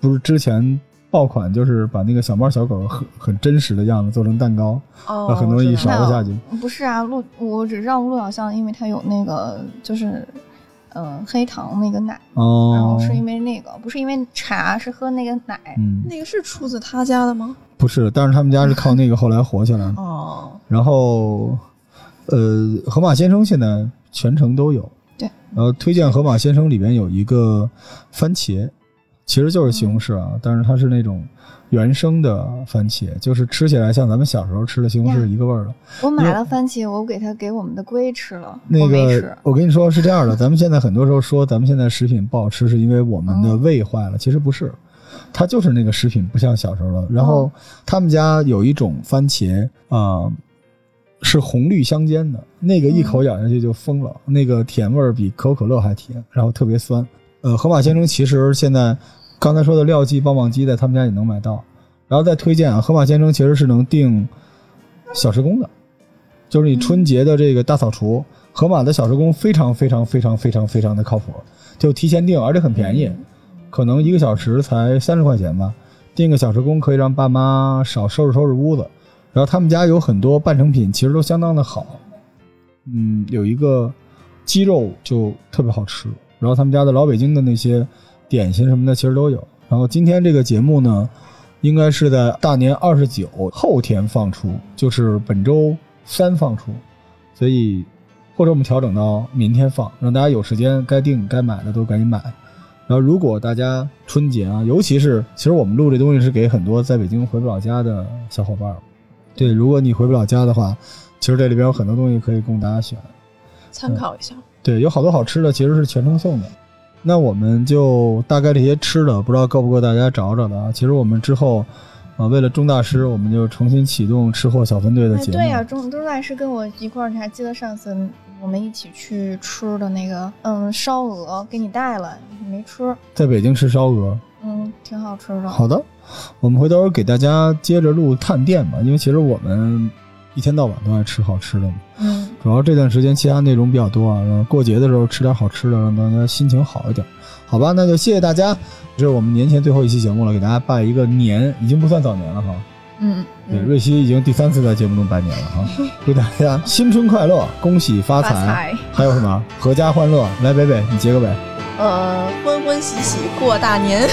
[SPEAKER 1] 不是之前爆款，就是把那个小猫小狗很很真实的样子做成蛋糕，
[SPEAKER 4] 哦
[SPEAKER 1] 让，很多人一
[SPEAKER 4] 是
[SPEAKER 1] 勺
[SPEAKER 4] 吧
[SPEAKER 1] 子下去。
[SPEAKER 2] 不是啊，鹿我只知道鹿角巷，因为它有那个就是。嗯，黑糖那个奶，然
[SPEAKER 1] 哦
[SPEAKER 2] 后，是因为那个，不是因为茶，是喝那个奶。
[SPEAKER 1] 嗯，
[SPEAKER 4] 那个是出自他家的吗？
[SPEAKER 1] 不是，但是他们家是靠那个后来火起
[SPEAKER 2] 嗯
[SPEAKER 1] 来的。
[SPEAKER 4] 哦，
[SPEAKER 1] 然后，呃，河马先生现在全程都有。
[SPEAKER 2] 对。
[SPEAKER 1] 然后推荐河马先生里边有一个番茄，其实就是西红柿
[SPEAKER 2] 嗯
[SPEAKER 1] 啊，但是它是那种原生的番茄，就是吃起来像咱们小时候吃的西红柿
[SPEAKER 2] 呀
[SPEAKER 1] 是一个味儿的。
[SPEAKER 2] 我买了番茄，我给它给我们的龟吃了，
[SPEAKER 1] 那
[SPEAKER 2] 我没
[SPEAKER 1] 个
[SPEAKER 2] 吃，。
[SPEAKER 1] 我跟你说是这样的，咱们现在很多时候说咱们现在食品不好吃，是因为我们的
[SPEAKER 2] 嗯
[SPEAKER 1] 胃坏了，其实不是，它就是那个食品不像小时候了。然
[SPEAKER 2] 嗯
[SPEAKER 1] 后他们家有一种番茄啊、呃是红绿相间的，那个一口咬下去就疯了，那个甜味儿比可口可乐还甜，然后特别酸。呃，河马先生其实现在刚才说的廖记、棒棒鸡在他们家也能买到，然后再推荐啊，河马先生其实是能订小时工的，就是你春节的这个大扫除，河马的小时工非常非常非常非常非常的靠谱，就提前订，而且很便宜，可能一个小时才三十块钱吧，订个小时工可以让爸妈少收拾收拾屋子，然后他们家有很多半成品，其实都相当的好，嗯，有一个鸡肉就特别好吃，然后他们家的老北京的那些点心什么的其实都有。然后今天这个节目呢，应该是在大年二十九后天放出，就是本周三放出，所以或者我们调整到明天放，让大家有时间该订该买的都赶紧买。然后，如果大家春节啊，尤其是其实我们录这东西是给很多在北京回不了家的小伙伴儿，对，如果你回不了家的话，其实这里边有很多东西可以供大家选。
[SPEAKER 4] 参考一下。
[SPEAKER 1] 对，有好多好吃的其实是全程送的。那我们就大概这些吃的，不知道够不够大家找找的啊。其实我们之后，呃，为了钟大师，我们就重新启动吃货小分队的
[SPEAKER 2] 哎，
[SPEAKER 1] 节目。
[SPEAKER 2] 对呀、钟周大师跟我一块儿，你还记得上次我们一起去吃的那个，嗯，烧鹅给你带了，你没吃，
[SPEAKER 1] 在北京吃烧鹅。
[SPEAKER 2] 嗯，挺好吃的。
[SPEAKER 1] 好的，我们回头给大家接着录探店吧，因为其实我们一天到晚都爱吃好吃的嘛。
[SPEAKER 2] 嗯，
[SPEAKER 1] 主要这段时间其他内容比较多啊，然后过节的时候吃点好吃的，让大家心情好一点，好吧？那就谢谢大家，这是我们年前最后一期节目了，给大家拜一个年，已经不算早年了哈。
[SPEAKER 2] 嗯，
[SPEAKER 1] 对，瑞希已经第三次在节目中拜年了哈，祝大家新春快乐，恭喜发财，
[SPEAKER 2] 发财
[SPEAKER 1] 还有什么阖家欢乐？来，北北，你结个尾。
[SPEAKER 4] 呃，欢欢喜喜过大年。